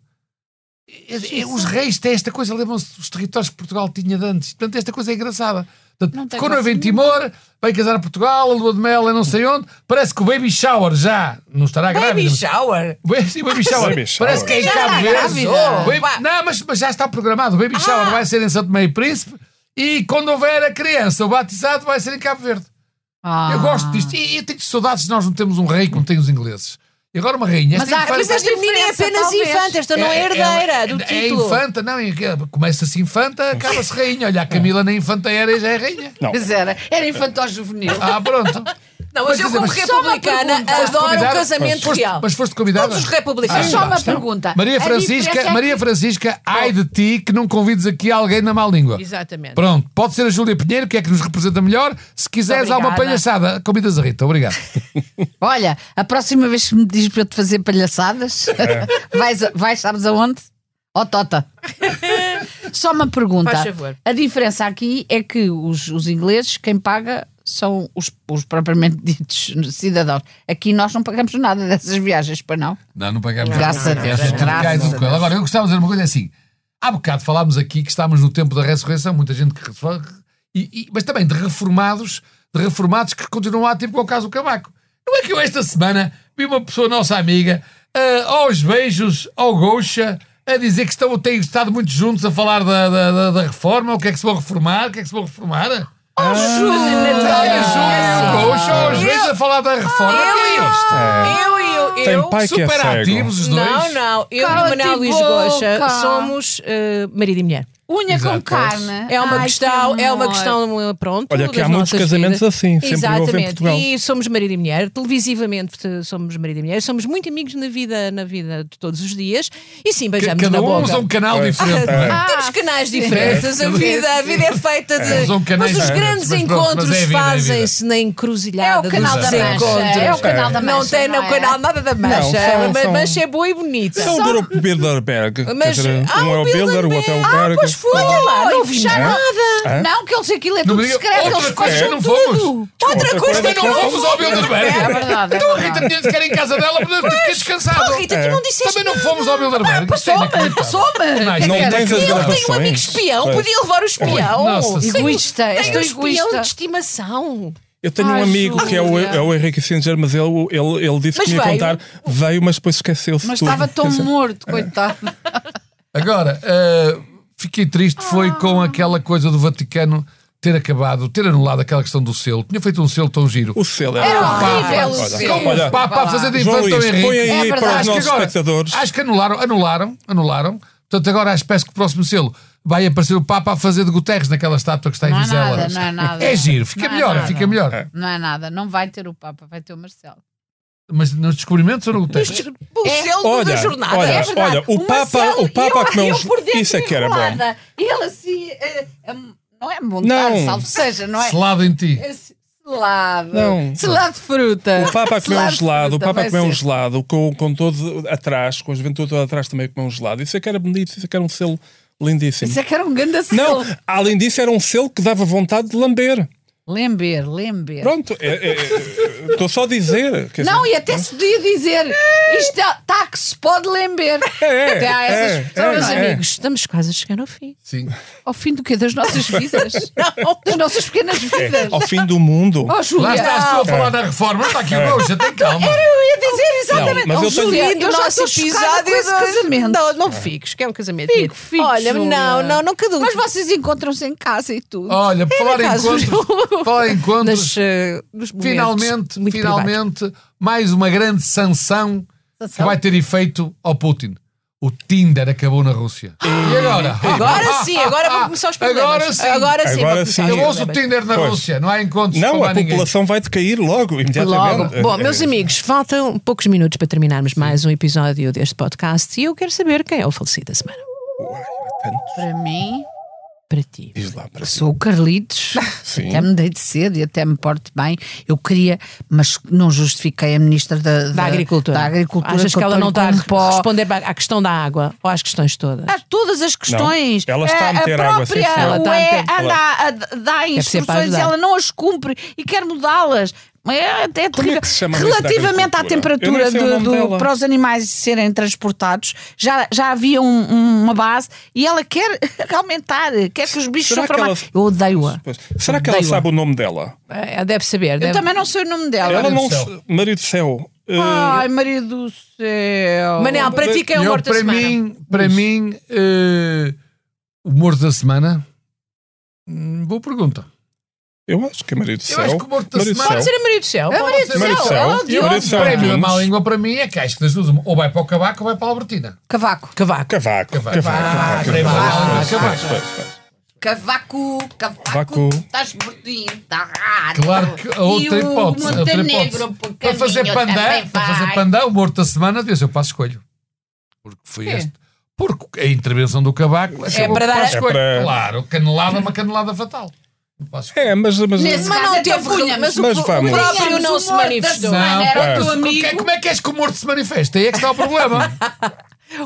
[SPEAKER 4] Eh, eh, Os reis têm esta coisa, lembram-se dos territórios que Portugal tinha de antes. Portanto, esta coisa é engraçada. Portanto,
[SPEAKER 1] Não tem
[SPEAKER 4] ficou noiva
[SPEAKER 1] graça
[SPEAKER 4] em Timor, vai casar a Portugal, a lua de mel é não sei onde, parece que o baby shower já não estará grávida.
[SPEAKER 3] Baby
[SPEAKER 4] mas-
[SPEAKER 3] shower?
[SPEAKER 4] Sim, assim, o Baby Shower.
[SPEAKER 2] Baby shower.
[SPEAKER 4] Parece que é em
[SPEAKER 3] Já
[SPEAKER 4] Cabo
[SPEAKER 3] era
[SPEAKER 4] Verde.
[SPEAKER 3] grávida.
[SPEAKER 4] O baby-
[SPEAKER 3] Pá.
[SPEAKER 4] Não, mas, mas já está programado. O Baby Shower
[SPEAKER 3] Ah.
[SPEAKER 4] vai ser em Santo Meio Príncipe e quando houver a criança, o batizado vai ser em Cabo Verde.
[SPEAKER 1] Ah.
[SPEAKER 4] Eu gosto disto. E eu tenho saudades de nós não temos um rei como têm os ingleses. E agora uma rainha.
[SPEAKER 1] Mas há-
[SPEAKER 4] infanta-
[SPEAKER 3] Mas esta menina é
[SPEAKER 1] diferença,
[SPEAKER 3] apenas
[SPEAKER 1] talvez.
[SPEAKER 3] infanta, esta não é herdeira
[SPEAKER 4] é-
[SPEAKER 3] do
[SPEAKER 4] É
[SPEAKER 3] título.
[SPEAKER 4] infanta, não. é- Começa-se infanta, acaba-se rainha. Olha, a Camila na infanta era e já é rainha.
[SPEAKER 2] Não.
[SPEAKER 1] Mas era, era infantil juvenil.
[SPEAKER 4] Ah, pronto.
[SPEAKER 3] Não, mas eu como
[SPEAKER 4] Mas, quer dizer,
[SPEAKER 3] republicana
[SPEAKER 1] pergunta.
[SPEAKER 4] Foste
[SPEAKER 3] adoro o
[SPEAKER 4] convidada?
[SPEAKER 3] um casamento
[SPEAKER 4] Foste-
[SPEAKER 3] real.
[SPEAKER 4] Mas foste convidada?
[SPEAKER 3] Todos os
[SPEAKER 1] Mas
[SPEAKER 3] republicanos.
[SPEAKER 1] só uma
[SPEAKER 2] Ah, não.
[SPEAKER 1] pergunta.
[SPEAKER 4] Maria
[SPEAKER 1] A
[SPEAKER 4] Francisca,
[SPEAKER 1] diferença é
[SPEAKER 4] Maria
[SPEAKER 1] que-
[SPEAKER 4] Francisca, ai de ti que não convides aqui alguém na má língua.
[SPEAKER 3] Exatamente.
[SPEAKER 4] Pronto, pode ser a Júlia Pinheiro, que é que nos representa melhor. Se quiseres, há uma
[SPEAKER 3] Obrigada.
[SPEAKER 4] palhaçada. Convidas a Rita, obrigado.
[SPEAKER 1] Olha, a próxima vez que me dizes para eu te fazer palhaçadas, vais, a- vais, sabes aonde? Ó Tota. Só uma pergunta.
[SPEAKER 3] Faz favor.
[SPEAKER 1] A diferença aqui é que os, os ingleses, quem paga são os, os propriamente ditos cidadãos. Aqui nós não pagamos nada dessas viagens, para não.
[SPEAKER 4] Não, não pagamos
[SPEAKER 1] Não, Graças a não, Deus,
[SPEAKER 4] Essa tudo
[SPEAKER 1] graças
[SPEAKER 4] cai
[SPEAKER 1] a
[SPEAKER 4] do
[SPEAKER 1] Deus.
[SPEAKER 4] colo. um Agora, eu gostava de dizer uma coisa assim. Há bocado falámos aqui que estávamos no tempo da ressurreição, muita gente que. reforma- e- e- mas também de reformados, de reformados que continuam a tipo com o caso do Cavaco. Não é que eu esta semana vi uma pessoa nossa amiga ah, aos beijos, ao Gouxa, a dizer que estão, têm estado muito juntos a falar da, da, da- da reforma, o que é que se vão reformar, o que é que se vão reformar.
[SPEAKER 3] Oh, Júlia,
[SPEAKER 4] Olha,
[SPEAKER 3] Natália,
[SPEAKER 4] Júlia, Tá, é o Gouxa, aos beijos a falar da reforma.
[SPEAKER 3] É. eu-
[SPEAKER 4] que é isto?
[SPEAKER 3] Eu e eu.
[SPEAKER 2] Tem
[SPEAKER 3] eu-
[SPEAKER 2] pai que é
[SPEAKER 4] Super
[SPEAKER 2] cego.
[SPEAKER 4] ativos os dois.
[SPEAKER 3] Não, não. Eu e o
[SPEAKER 1] Cala-te
[SPEAKER 3] Manuel Luís
[SPEAKER 1] boca.
[SPEAKER 3] Goxa somos eh, marido e mulher.
[SPEAKER 1] Unha
[SPEAKER 4] Exato,
[SPEAKER 1] com carne.
[SPEAKER 3] É uma
[SPEAKER 1] Ai,
[SPEAKER 3] questão,
[SPEAKER 1] que
[SPEAKER 3] é uma
[SPEAKER 1] amor.
[SPEAKER 3] questão eh, pronto.
[SPEAKER 2] Olha que
[SPEAKER 3] das
[SPEAKER 2] há muitos
[SPEAKER 3] nossas
[SPEAKER 2] casamentos
[SPEAKER 3] vidas.
[SPEAKER 2] assim, sempre houve em
[SPEAKER 3] Exatamente.
[SPEAKER 2] Portugal.
[SPEAKER 3] E somos marido e mulher, televisivamente eh, somos marido e mulher, somos muito amigos na vida, na vida de todos os dias. E sim,
[SPEAKER 4] Ca-
[SPEAKER 3] beijamos
[SPEAKER 4] Cada
[SPEAKER 3] na
[SPEAKER 4] um
[SPEAKER 3] boca.
[SPEAKER 4] usa um canal
[SPEAKER 2] É.
[SPEAKER 4] diferente. não é?
[SPEAKER 1] Ah,
[SPEAKER 3] Temos canais diferentes,
[SPEAKER 4] É,
[SPEAKER 3] a
[SPEAKER 4] sim.
[SPEAKER 3] vida, a vida é feita de.
[SPEAKER 4] Usam canais
[SPEAKER 3] Mas os grandes
[SPEAKER 4] diferentes, mas pronto,
[SPEAKER 3] encontros
[SPEAKER 4] mas é a vida, é a vida.
[SPEAKER 3] fazem-se na
[SPEAKER 1] É o
[SPEAKER 3] encruzilhada
[SPEAKER 1] canal
[SPEAKER 3] dos
[SPEAKER 1] da mancha.
[SPEAKER 3] encontros.
[SPEAKER 1] É o canal da mancha.
[SPEAKER 3] não tem no
[SPEAKER 1] é?
[SPEAKER 3] canal nada da mancha.
[SPEAKER 2] são-
[SPEAKER 3] a ma-
[SPEAKER 2] são-
[SPEAKER 3] mancha é boa e bonita.
[SPEAKER 2] São do grupo Bilderberg. quer
[SPEAKER 3] Mas,
[SPEAKER 2] dizer,
[SPEAKER 3] ah,
[SPEAKER 2] um é
[SPEAKER 3] o
[SPEAKER 2] o Bilder, o outro é o Berg.
[SPEAKER 3] Ah, pois foi, olha lá,
[SPEAKER 1] Olha,
[SPEAKER 3] não vi
[SPEAKER 1] já
[SPEAKER 3] nada.
[SPEAKER 2] Hã?
[SPEAKER 1] Não, que eles aquilo é
[SPEAKER 4] Não
[SPEAKER 1] tudo
[SPEAKER 4] me diga-
[SPEAKER 1] secreto,
[SPEAKER 4] outra
[SPEAKER 1] eles fecham
[SPEAKER 4] coisa, "Oh, não
[SPEAKER 1] tudo.
[SPEAKER 4] fomos.
[SPEAKER 3] Outra coisa
[SPEAKER 2] coisa
[SPEAKER 3] que
[SPEAKER 2] que
[SPEAKER 3] não
[SPEAKER 2] não
[SPEAKER 3] vou
[SPEAKER 4] Fomos ao Bilderberg.
[SPEAKER 1] É verdade, é
[SPEAKER 4] Então a Rita
[SPEAKER 1] verdade.
[SPEAKER 4] tinha de ficar em casa dela para ter descansado.
[SPEAKER 3] Oh, Rita, tu não Ah, disseste
[SPEAKER 4] É. Também não fomos ao Bilderberg. Isto é
[SPEAKER 1] Passou-me,
[SPEAKER 4] inacreditável.
[SPEAKER 1] passou-me.
[SPEAKER 4] Não,
[SPEAKER 1] Quer
[SPEAKER 4] não
[SPEAKER 1] dizer,
[SPEAKER 2] tens
[SPEAKER 1] aquilo-
[SPEAKER 2] as
[SPEAKER 3] Eu
[SPEAKER 2] gravações.
[SPEAKER 3] tenho um amigo espião,
[SPEAKER 2] Pois.
[SPEAKER 3] podia levar o espião.
[SPEAKER 4] Nossa
[SPEAKER 3] Tenho-
[SPEAKER 1] Egoísta, és
[SPEAKER 3] tenho
[SPEAKER 1] tu
[SPEAKER 3] um espião
[SPEAKER 1] egoísta.
[SPEAKER 3] de estimação.
[SPEAKER 2] Eu tenho
[SPEAKER 1] Ai,
[SPEAKER 2] um amigo que é o,
[SPEAKER 1] Júlia.
[SPEAKER 2] é o Henrique Singer, mas ele, ele, ele disse
[SPEAKER 3] Mas
[SPEAKER 2] que me ia
[SPEAKER 3] veio.
[SPEAKER 2] contar. Veio, mas depois esqueceu-se.
[SPEAKER 1] Mas
[SPEAKER 2] tudo.
[SPEAKER 1] estava tão
[SPEAKER 2] Quer dizer,
[SPEAKER 1] morto, coitado.
[SPEAKER 4] Agora, ah, fiquei triste
[SPEAKER 3] Ah.
[SPEAKER 4] foi com aquela coisa do Vaticano ter acabado, ter anulado aquela questão do selo. Tinha feito um selo tão giro.
[SPEAKER 2] O selo era,
[SPEAKER 1] Era
[SPEAKER 2] Pá,
[SPEAKER 1] horrível
[SPEAKER 2] olha,
[SPEAKER 1] o selo.
[SPEAKER 4] Como
[SPEAKER 2] Olha,
[SPEAKER 4] o Papa a fazer de
[SPEAKER 2] João
[SPEAKER 4] infante ao
[SPEAKER 2] Luís,
[SPEAKER 4] Henrique.
[SPEAKER 2] põe aí
[SPEAKER 1] É verdade.
[SPEAKER 2] para os
[SPEAKER 1] Acho
[SPEAKER 2] nossos espectadores.
[SPEAKER 4] Acho que anularam, anularam, anularam. Portanto, agora acho peço que o próximo selo vai aparecer o Papa a fazer de Guterres naquela estátua que está em
[SPEAKER 1] Não é
[SPEAKER 4] Vizela.
[SPEAKER 1] nada, não é nada.
[SPEAKER 4] É giro, fica
[SPEAKER 1] Não é
[SPEAKER 4] melhor,
[SPEAKER 1] nada.
[SPEAKER 4] fica melhor.
[SPEAKER 2] É.
[SPEAKER 1] Não é nada, não vai ter o Papa, vai ter o Marcelo.
[SPEAKER 4] Mas nos descobrimentos ou no Guterres?
[SPEAKER 3] O selo da jornada.
[SPEAKER 2] olha,
[SPEAKER 1] É verdade.
[SPEAKER 2] olha, o Papa,
[SPEAKER 1] Marcelo
[SPEAKER 2] o Papa
[SPEAKER 1] e eu-
[SPEAKER 2] comeu
[SPEAKER 1] eu
[SPEAKER 2] uns-
[SPEAKER 1] por dentro
[SPEAKER 2] Isso é que era bom.
[SPEAKER 1] enrolada. E ele assim, eh, eh, não é montar,
[SPEAKER 2] Não.
[SPEAKER 1] salvo seja, não é?
[SPEAKER 4] Selado em ti.
[SPEAKER 1] Eh, Selado.
[SPEAKER 2] Não.
[SPEAKER 1] Selado de fruta.
[SPEAKER 2] O Papa comeu um
[SPEAKER 1] Selado de
[SPEAKER 2] gelado, o
[SPEAKER 1] fruta,
[SPEAKER 2] Papa
[SPEAKER 1] vai
[SPEAKER 2] comeu um
[SPEAKER 1] ser.
[SPEAKER 2] gelado, com, com todo atrás, com a juventude toda atrás também comeu um gelado. Isso é que era bonito, isso é que era um selo lindíssimo.
[SPEAKER 1] Isso é que era um grande
[SPEAKER 2] Não,
[SPEAKER 1] selo.
[SPEAKER 2] além disso, era um selo que dava vontade de lamber.
[SPEAKER 1] Lember, lember.
[SPEAKER 2] Pronto, um é- é- é- estou só a dizer. quer
[SPEAKER 1] Não,
[SPEAKER 2] dizer,
[SPEAKER 1] e até se podia dizer isto é, tá que se pode lember.
[SPEAKER 2] é,
[SPEAKER 1] até há essas
[SPEAKER 2] é,
[SPEAKER 1] expressões,
[SPEAKER 2] é,
[SPEAKER 3] Meus
[SPEAKER 2] é.
[SPEAKER 3] amigos, estamos quase a chegar ao fim.
[SPEAKER 4] Sim.
[SPEAKER 1] Ao fim do quê? Das nossas vidas? Não, das nossas pequenas
[SPEAKER 2] É.
[SPEAKER 1] vidas.
[SPEAKER 2] Ao fim do mundo.
[SPEAKER 1] Oh, Júlia.
[SPEAKER 4] Lá estás tu a falar da reforma, está
[SPEAKER 2] É.
[SPEAKER 4] aqui o Gouxa, tem calma.
[SPEAKER 1] Eu ia dizer exatamente.
[SPEAKER 2] mas
[SPEAKER 1] Oh,
[SPEAKER 2] eu tenho-
[SPEAKER 1] Júlia,
[SPEAKER 3] Lindo
[SPEAKER 1] eu já
[SPEAKER 3] nosso
[SPEAKER 1] estou chocada
[SPEAKER 3] episódio
[SPEAKER 1] com esse
[SPEAKER 3] de-
[SPEAKER 1] casamento.
[SPEAKER 3] Não, não fiques, que é um casamento.
[SPEAKER 1] Fico, fico,
[SPEAKER 3] Olha, não,
[SPEAKER 1] Júlia.
[SPEAKER 3] não, não cada um.
[SPEAKER 1] Mas vocês encontram-se em casa e tudo.
[SPEAKER 4] Olha, por falar em
[SPEAKER 3] acaso,
[SPEAKER 4] encontros,
[SPEAKER 3] não.
[SPEAKER 4] falar em encontros,
[SPEAKER 3] Nas, eh, nos momentos
[SPEAKER 4] finalmente,
[SPEAKER 3] muito privados.
[SPEAKER 4] finalmente, mais uma grande sanção que
[SPEAKER 1] Sanção?
[SPEAKER 4] vai ter efeito ao Putin. O Tinder acabou na Rússia.
[SPEAKER 2] Ah,
[SPEAKER 4] E agora?
[SPEAKER 2] é,
[SPEAKER 3] Agora sim, agora vão começar os problemas.
[SPEAKER 4] Agora sim.
[SPEAKER 3] Agora sim.
[SPEAKER 2] Agora
[SPEAKER 3] vão começar
[SPEAKER 2] sim.
[SPEAKER 3] os
[SPEAKER 4] Eu ouço o
[SPEAKER 3] problemas.
[SPEAKER 4] Tinder na
[SPEAKER 2] é, Pois.
[SPEAKER 4] Rússia, não há encontros
[SPEAKER 2] Não,
[SPEAKER 4] com
[SPEAKER 2] a
[SPEAKER 4] mais ninguém.
[SPEAKER 2] população vai decair logo,
[SPEAKER 3] Logo.
[SPEAKER 2] imediatamente.
[SPEAKER 3] Bom,
[SPEAKER 2] É,
[SPEAKER 3] meus
[SPEAKER 2] é,
[SPEAKER 3] amigos, faltam poucos minutos para terminarmos mais um episódio deste podcast e eu quero saber quem é o falecido da semana.
[SPEAKER 2] uai, há tantos.
[SPEAKER 1] Para mim,
[SPEAKER 3] Para ti.
[SPEAKER 2] é, Diz lá para
[SPEAKER 1] sou o Carlitos.
[SPEAKER 2] Sim.
[SPEAKER 1] Até me dei de cedo e até me porto bem. Eu queria, mas não justifiquei a Ministra da,
[SPEAKER 3] Da Agricultura.
[SPEAKER 1] Da Agricultura
[SPEAKER 3] Achas que ela
[SPEAKER 1] eu
[SPEAKER 3] não está
[SPEAKER 1] estou-lhe
[SPEAKER 3] a
[SPEAKER 1] com pó.
[SPEAKER 3] responder ba- à questão da água ou às questões todas?
[SPEAKER 1] a todas as questões.
[SPEAKER 2] Não, ela está a meter
[SPEAKER 1] própria
[SPEAKER 2] água, sim, senhora.
[SPEAKER 1] Ela
[SPEAKER 3] Ela está a meter.
[SPEAKER 1] anda a, a dar
[SPEAKER 3] ser para
[SPEAKER 1] instruções e
[SPEAKER 3] ajudar.
[SPEAKER 1] ela não as cumpre e quer mudá-las. É, até terrível.
[SPEAKER 2] que se chama a ministra da
[SPEAKER 1] Relativamente à
[SPEAKER 2] Agricultura?
[SPEAKER 1] temperatura
[SPEAKER 2] Eu nem sei o
[SPEAKER 1] do,
[SPEAKER 2] nome
[SPEAKER 1] do-
[SPEAKER 2] dela.
[SPEAKER 1] para os animais serem transportados, já, já havia um- um- uma base e ela quer aumentar, quer que os bichos
[SPEAKER 2] Será
[SPEAKER 1] sofram
[SPEAKER 2] que
[SPEAKER 1] mais.
[SPEAKER 2] ela-
[SPEAKER 1] Eu odeio-a.
[SPEAKER 2] Pois. Será que ela
[SPEAKER 1] Odeio-a.
[SPEAKER 2] sabe o nome dela?
[SPEAKER 3] Eh, Deve saber.
[SPEAKER 1] Eu
[SPEAKER 3] Deve...
[SPEAKER 1] também não sei o nome dela.
[SPEAKER 2] Ela
[SPEAKER 4] do
[SPEAKER 2] não.
[SPEAKER 4] céu.
[SPEAKER 2] Maria do Céu. eh,
[SPEAKER 1] Ai, Maria do Céu.
[SPEAKER 3] Manel, para ti quem é o
[SPEAKER 4] Eu,
[SPEAKER 3] morto da
[SPEAKER 4] para
[SPEAKER 3] semana?
[SPEAKER 4] mim, para mim eh, o morto da semana. Hum, Boa pergunta.
[SPEAKER 2] eu acho que é Maria do
[SPEAKER 4] Eu
[SPEAKER 2] Céu.
[SPEAKER 4] acho que o morto da
[SPEAKER 2] Maria do
[SPEAKER 4] semana-
[SPEAKER 2] Céu.
[SPEAKER 3] Pode ser a Maria do Céu.
[SPEAKER 1] É Maria do
[SPEAKER 2] Maria do
[SPEAKER 1] Céu.
[SPEAKER 2] Céu.
[SPEAKER 1] ela
[SPEAKER 4] Eu
[SPEAKER 1] odiou.
[SPEAKER 2] Maria
[SPEAKER 4] acho
[SPEAKER 2] do
[SPEAKER 4] que
[SPEAKER 2] Céu
[SPEAKER 4] o prémio da
[SPEAKER 2] Nunes.
[SPEAKER 4] má língua para mim é que acho que das duas, uma, ou vai para o Cavaco ou vai para a Albertina.
[SPEAKER 1] Cavaco.
[SPEAKER 3] Cavaco.
[SPEAKER 2] Cavaco. Cavaco.
[SPEAKER 4] Cavaco,
[SPEAKER 2] Cavaco.
[SPEAKER 4] Cavaco,
[SPEAKER 2] Pois,
[SPEAKER 4] Cavaco.
[SPEAKER 2] pois, pois, pois.
[SPEAKER 1] Cavaco, cavaco,
[SPEAKER 2] Cavaco.
[SPEAKER 1] estás gordinho, está
[SPEAKER 3] tá
[SPEAKER 1] raro.
[SPEAKER 4] Claro que a outra
[SPEAKER 1] e o
[SPEAKER 4] hipótese. a outra
[SPEAKER 1] Montenegro,
[SPEAKER 4] hipótese.
[SPEAKER 1] por
[SPEAKER 4] Para fazer
[SPEAKER 1] caminho,
[SPEAKER 4] pandã,
[SPEAKER 1] também
[SPEAKER 4] para fazer
[SPEAKER 1] vai.
[SPEAKER 4] pandã, o morto da semana, Deus, eu passo escolho. Porque foi
[SPEAKER 1] Quê?
[SPEAKER 4] este. Porque a intervenção do Cavaco acabou
[SPEAKER 3] para
[SPEAKER 4] com o
[SPEAKER 3] dar-
[SPEAKER 4] Passo
[SPEAKER 2] É
[SPEAKER 4] Coelho.
[SPEAKER 2] para-
[SPEAKER 4] Claro, canelada é uma canelada fatal. O Passo Coelho.
[SPEAKER 2] É, mas. mas
[SPEAKER 1] Nesse
[SPEAKER 3] Mas
[SPEAKER 1] caso,
[SPEAKER 3] não
[SPEAKER 1] até
[SPEAKER 3] teve
[SPEAKER 1] punhamos.
[SPEAKER 3] mas o,
[SPEAKER 2] Mas
[SPEAKER 3] o
[SPEAKER 2] vamos.
[SPEAKER 3] próprio não
[SPEAKER 1] Punhamos
[SPEAKER 3] se
[SPEAKER 1] o morto da
[SPEAKER 3] manifestou.
[SPEAKER 1] semana, era o
[SPEAKER 2] pá.
[SPEAKER 1] teu
[SPEAKER 4] Como é-
[SPEAKER 1] amigo.
[SPEAKER 4] Como é que és que o morto se manifesta? Aí é que está o problema.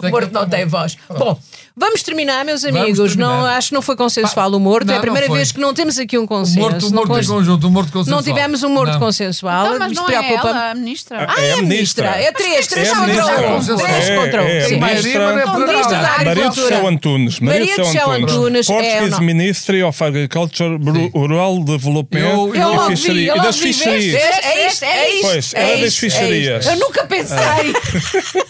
[SPEAKER 3] O Morto não tem voz. Bom, vamos terminar, meus
[SPEAKER 4] Vamos
[SPEAKER 3] amigos. Não,
[SPEAKER 4] terminar.
[SPEAKER 3] acho que não foi consensual o Morto.
[SPEAKER 4] Não,
[SPEAKER 3] é a
[SPEAKER 4] não
[SPEAKER 3] primeira
[SPEAKER 4] foi.
[SPEAKER 3] vez que não temos aqui um
[SPEAKER 4] O
[SPEAKER 3] consenso.
[SPEAKER 4] morto, o
[SPEAKER 3] não,
[SPEAKER 4] morto em
[SPEAKER 3] cons-
[SPEAKER 4] conjunto, o morto consensual.
[SPEAKER 3] não tivemos um morto
[SPEAKER 4] Não.
[SPEAKER 3] consensual.
[SPEAKER 1] Então, mas
[SPEAKER 3] Isto
[SPEAKER 1] não é
[SPEAKER 3] preocupa-me.
[SPEAKER 1] ela, a ministra.
[SPEAKER 2] Ah,
[SPEAKER 3] É a ministra. É três, três
[SPEAKER 2] É a
[SPEAKER 3] contra
[SPEAKER 2] ministra.
[SPEAKER 3] um.
[SPEAKER 4] Consensual.
[SPEAKER 3] Três
[SPEAKER 2] É,
[SPEAKER 3] contra um.
[SPEAKER 2] é, é
[SPEAKER 3] Sim.
[SPEAKER 2] a
[SPEAKER 3] Mas-
[SPEAKER 4] Maria, mas não é
[SPEAKER 3] Então,
[SPEAKER 4] plural.
[SPEAKER 3] ministra da
[SPEAKER 2] Maria do
[SPEAKER 3] Agricultura.
[SPEAKER 2] Céu Antunes.
[SPEAKER 3] Maria do Céu Antunes é o
[SPEAKER 2] Portuguese
[SPEAKER 3] nome.
[SPEAKER 2] Ministry of Agriculture, Ru- Rural
[SPEAKER 4] Eu-
[SPEAKER 2] Development
[SPEAKER 4] eu
[SPEAKER 2] e
[SPEAKER 4] logo vi,
[SPEAKER 2] Fisheria-
[SPEAKER 3] eu
[SPEAKER 2] e
[SPEAKER 3] logo
[SPEAKER 2] das
[SPEAKER 3] vi, vês?
[SPEAKER 2] Ficharias.
[SPEAKER 3] É- é isto, é isto,
[SPEAKER 2] Pois,
[SPEAKER 3] é
[SPEAKER 2] era
[SPEAKER 3] isto,
[SPEAKER 2] das ficharias.
[SPEAKER 3] é isto. Eu nunca pensei.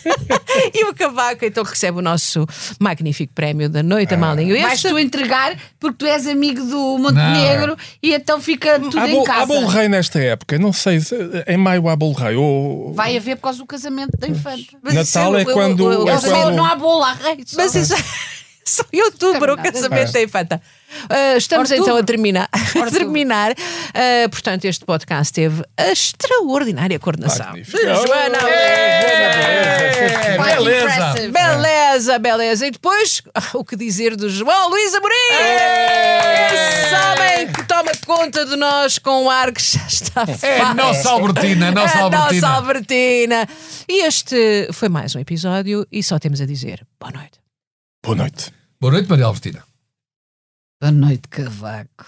[SPEAKER 3] e o Cavaco então recebe o nosso magnífico prémio da
[SPEAKER 2] Ah.
[SPEAKER 3] noite, Amalinho.
[SPEAKER 1] Vais
[SPEAKER 3] Este
[SPEAKER 1] tu entregar porque tu és amigo do Montenegro e então fica tudo
[SPEAKER 2] Há
[SPEAKER 1] em
[SPEAKER 2] bolo- Há bolo
[SPEAKER 1] casa.
[SPEAKER 2] rei nesta época, não sei, se- em maio há bolo rei. Ou...
[SPEAKER 1] Vai haver por causa do casamento da infanta.
[SPEAKER 3] Mas
[SPEAKER 2] Natal
[SPEAKER 3] isso
[SPEAKER 2] é
[SPEAKER 3] eu- eu-
[SPEAKER 2] quando-
[SPEAKER 3] eu-
[SPEAKER 2] é
[SPEAKER 1] Ou
[SPEAKER 3] eu-
[SPEAKER 1] seja,
[SPEAKER 2] quando-
[SPEAKER 1] não há bolo à rei. só.
[SPEAKER 3] Mas isso é só em outubro,
[SPEAKER 1] Não
[SPEAKER 3] o
[SPEAKER 1] tem nada a ver.
[SPEAKER 3] casamento
[SPEAKER 2] É.
[SPEAKER 3] da infanta. Ah, estamos
[SPEAKER 1] Outubro.
[SPEAKER 3] então a terminar. A
[SPEAKER 1] Outubro.
[SPEAKER 3] terminar. Ah, portanto, este podcast teve a extraordinária coordenação.
[SPEAKER 2] Magnífico.
[SPEAKER 3] de Joana.
[SPEAKER 4] É,
[SPEAKER 1] Quite
[SPEAKER 4] beleza.
[SPEAKER 1] impressive.
[SPEAKER 3] Beleza, beleza. E depois, o que dizer do João Luís Amorim? Esse homem que toma conta de nós com um ar que já está É
[SPEAKER 4] É a nossa Albertina, é a nossa
[SPEAKER 3] a nossa
[SPEAKER 4] Albertina.
[SPEAKER 3] Albertina. E este foi mais um episódio e só temos a dizer boa noite.
[SPEAKER 2] Boa noite.
[SPEAKER 4] Boa noite, Maria Albertina.
[SPEAKER 1] Boa noite, Cavaco.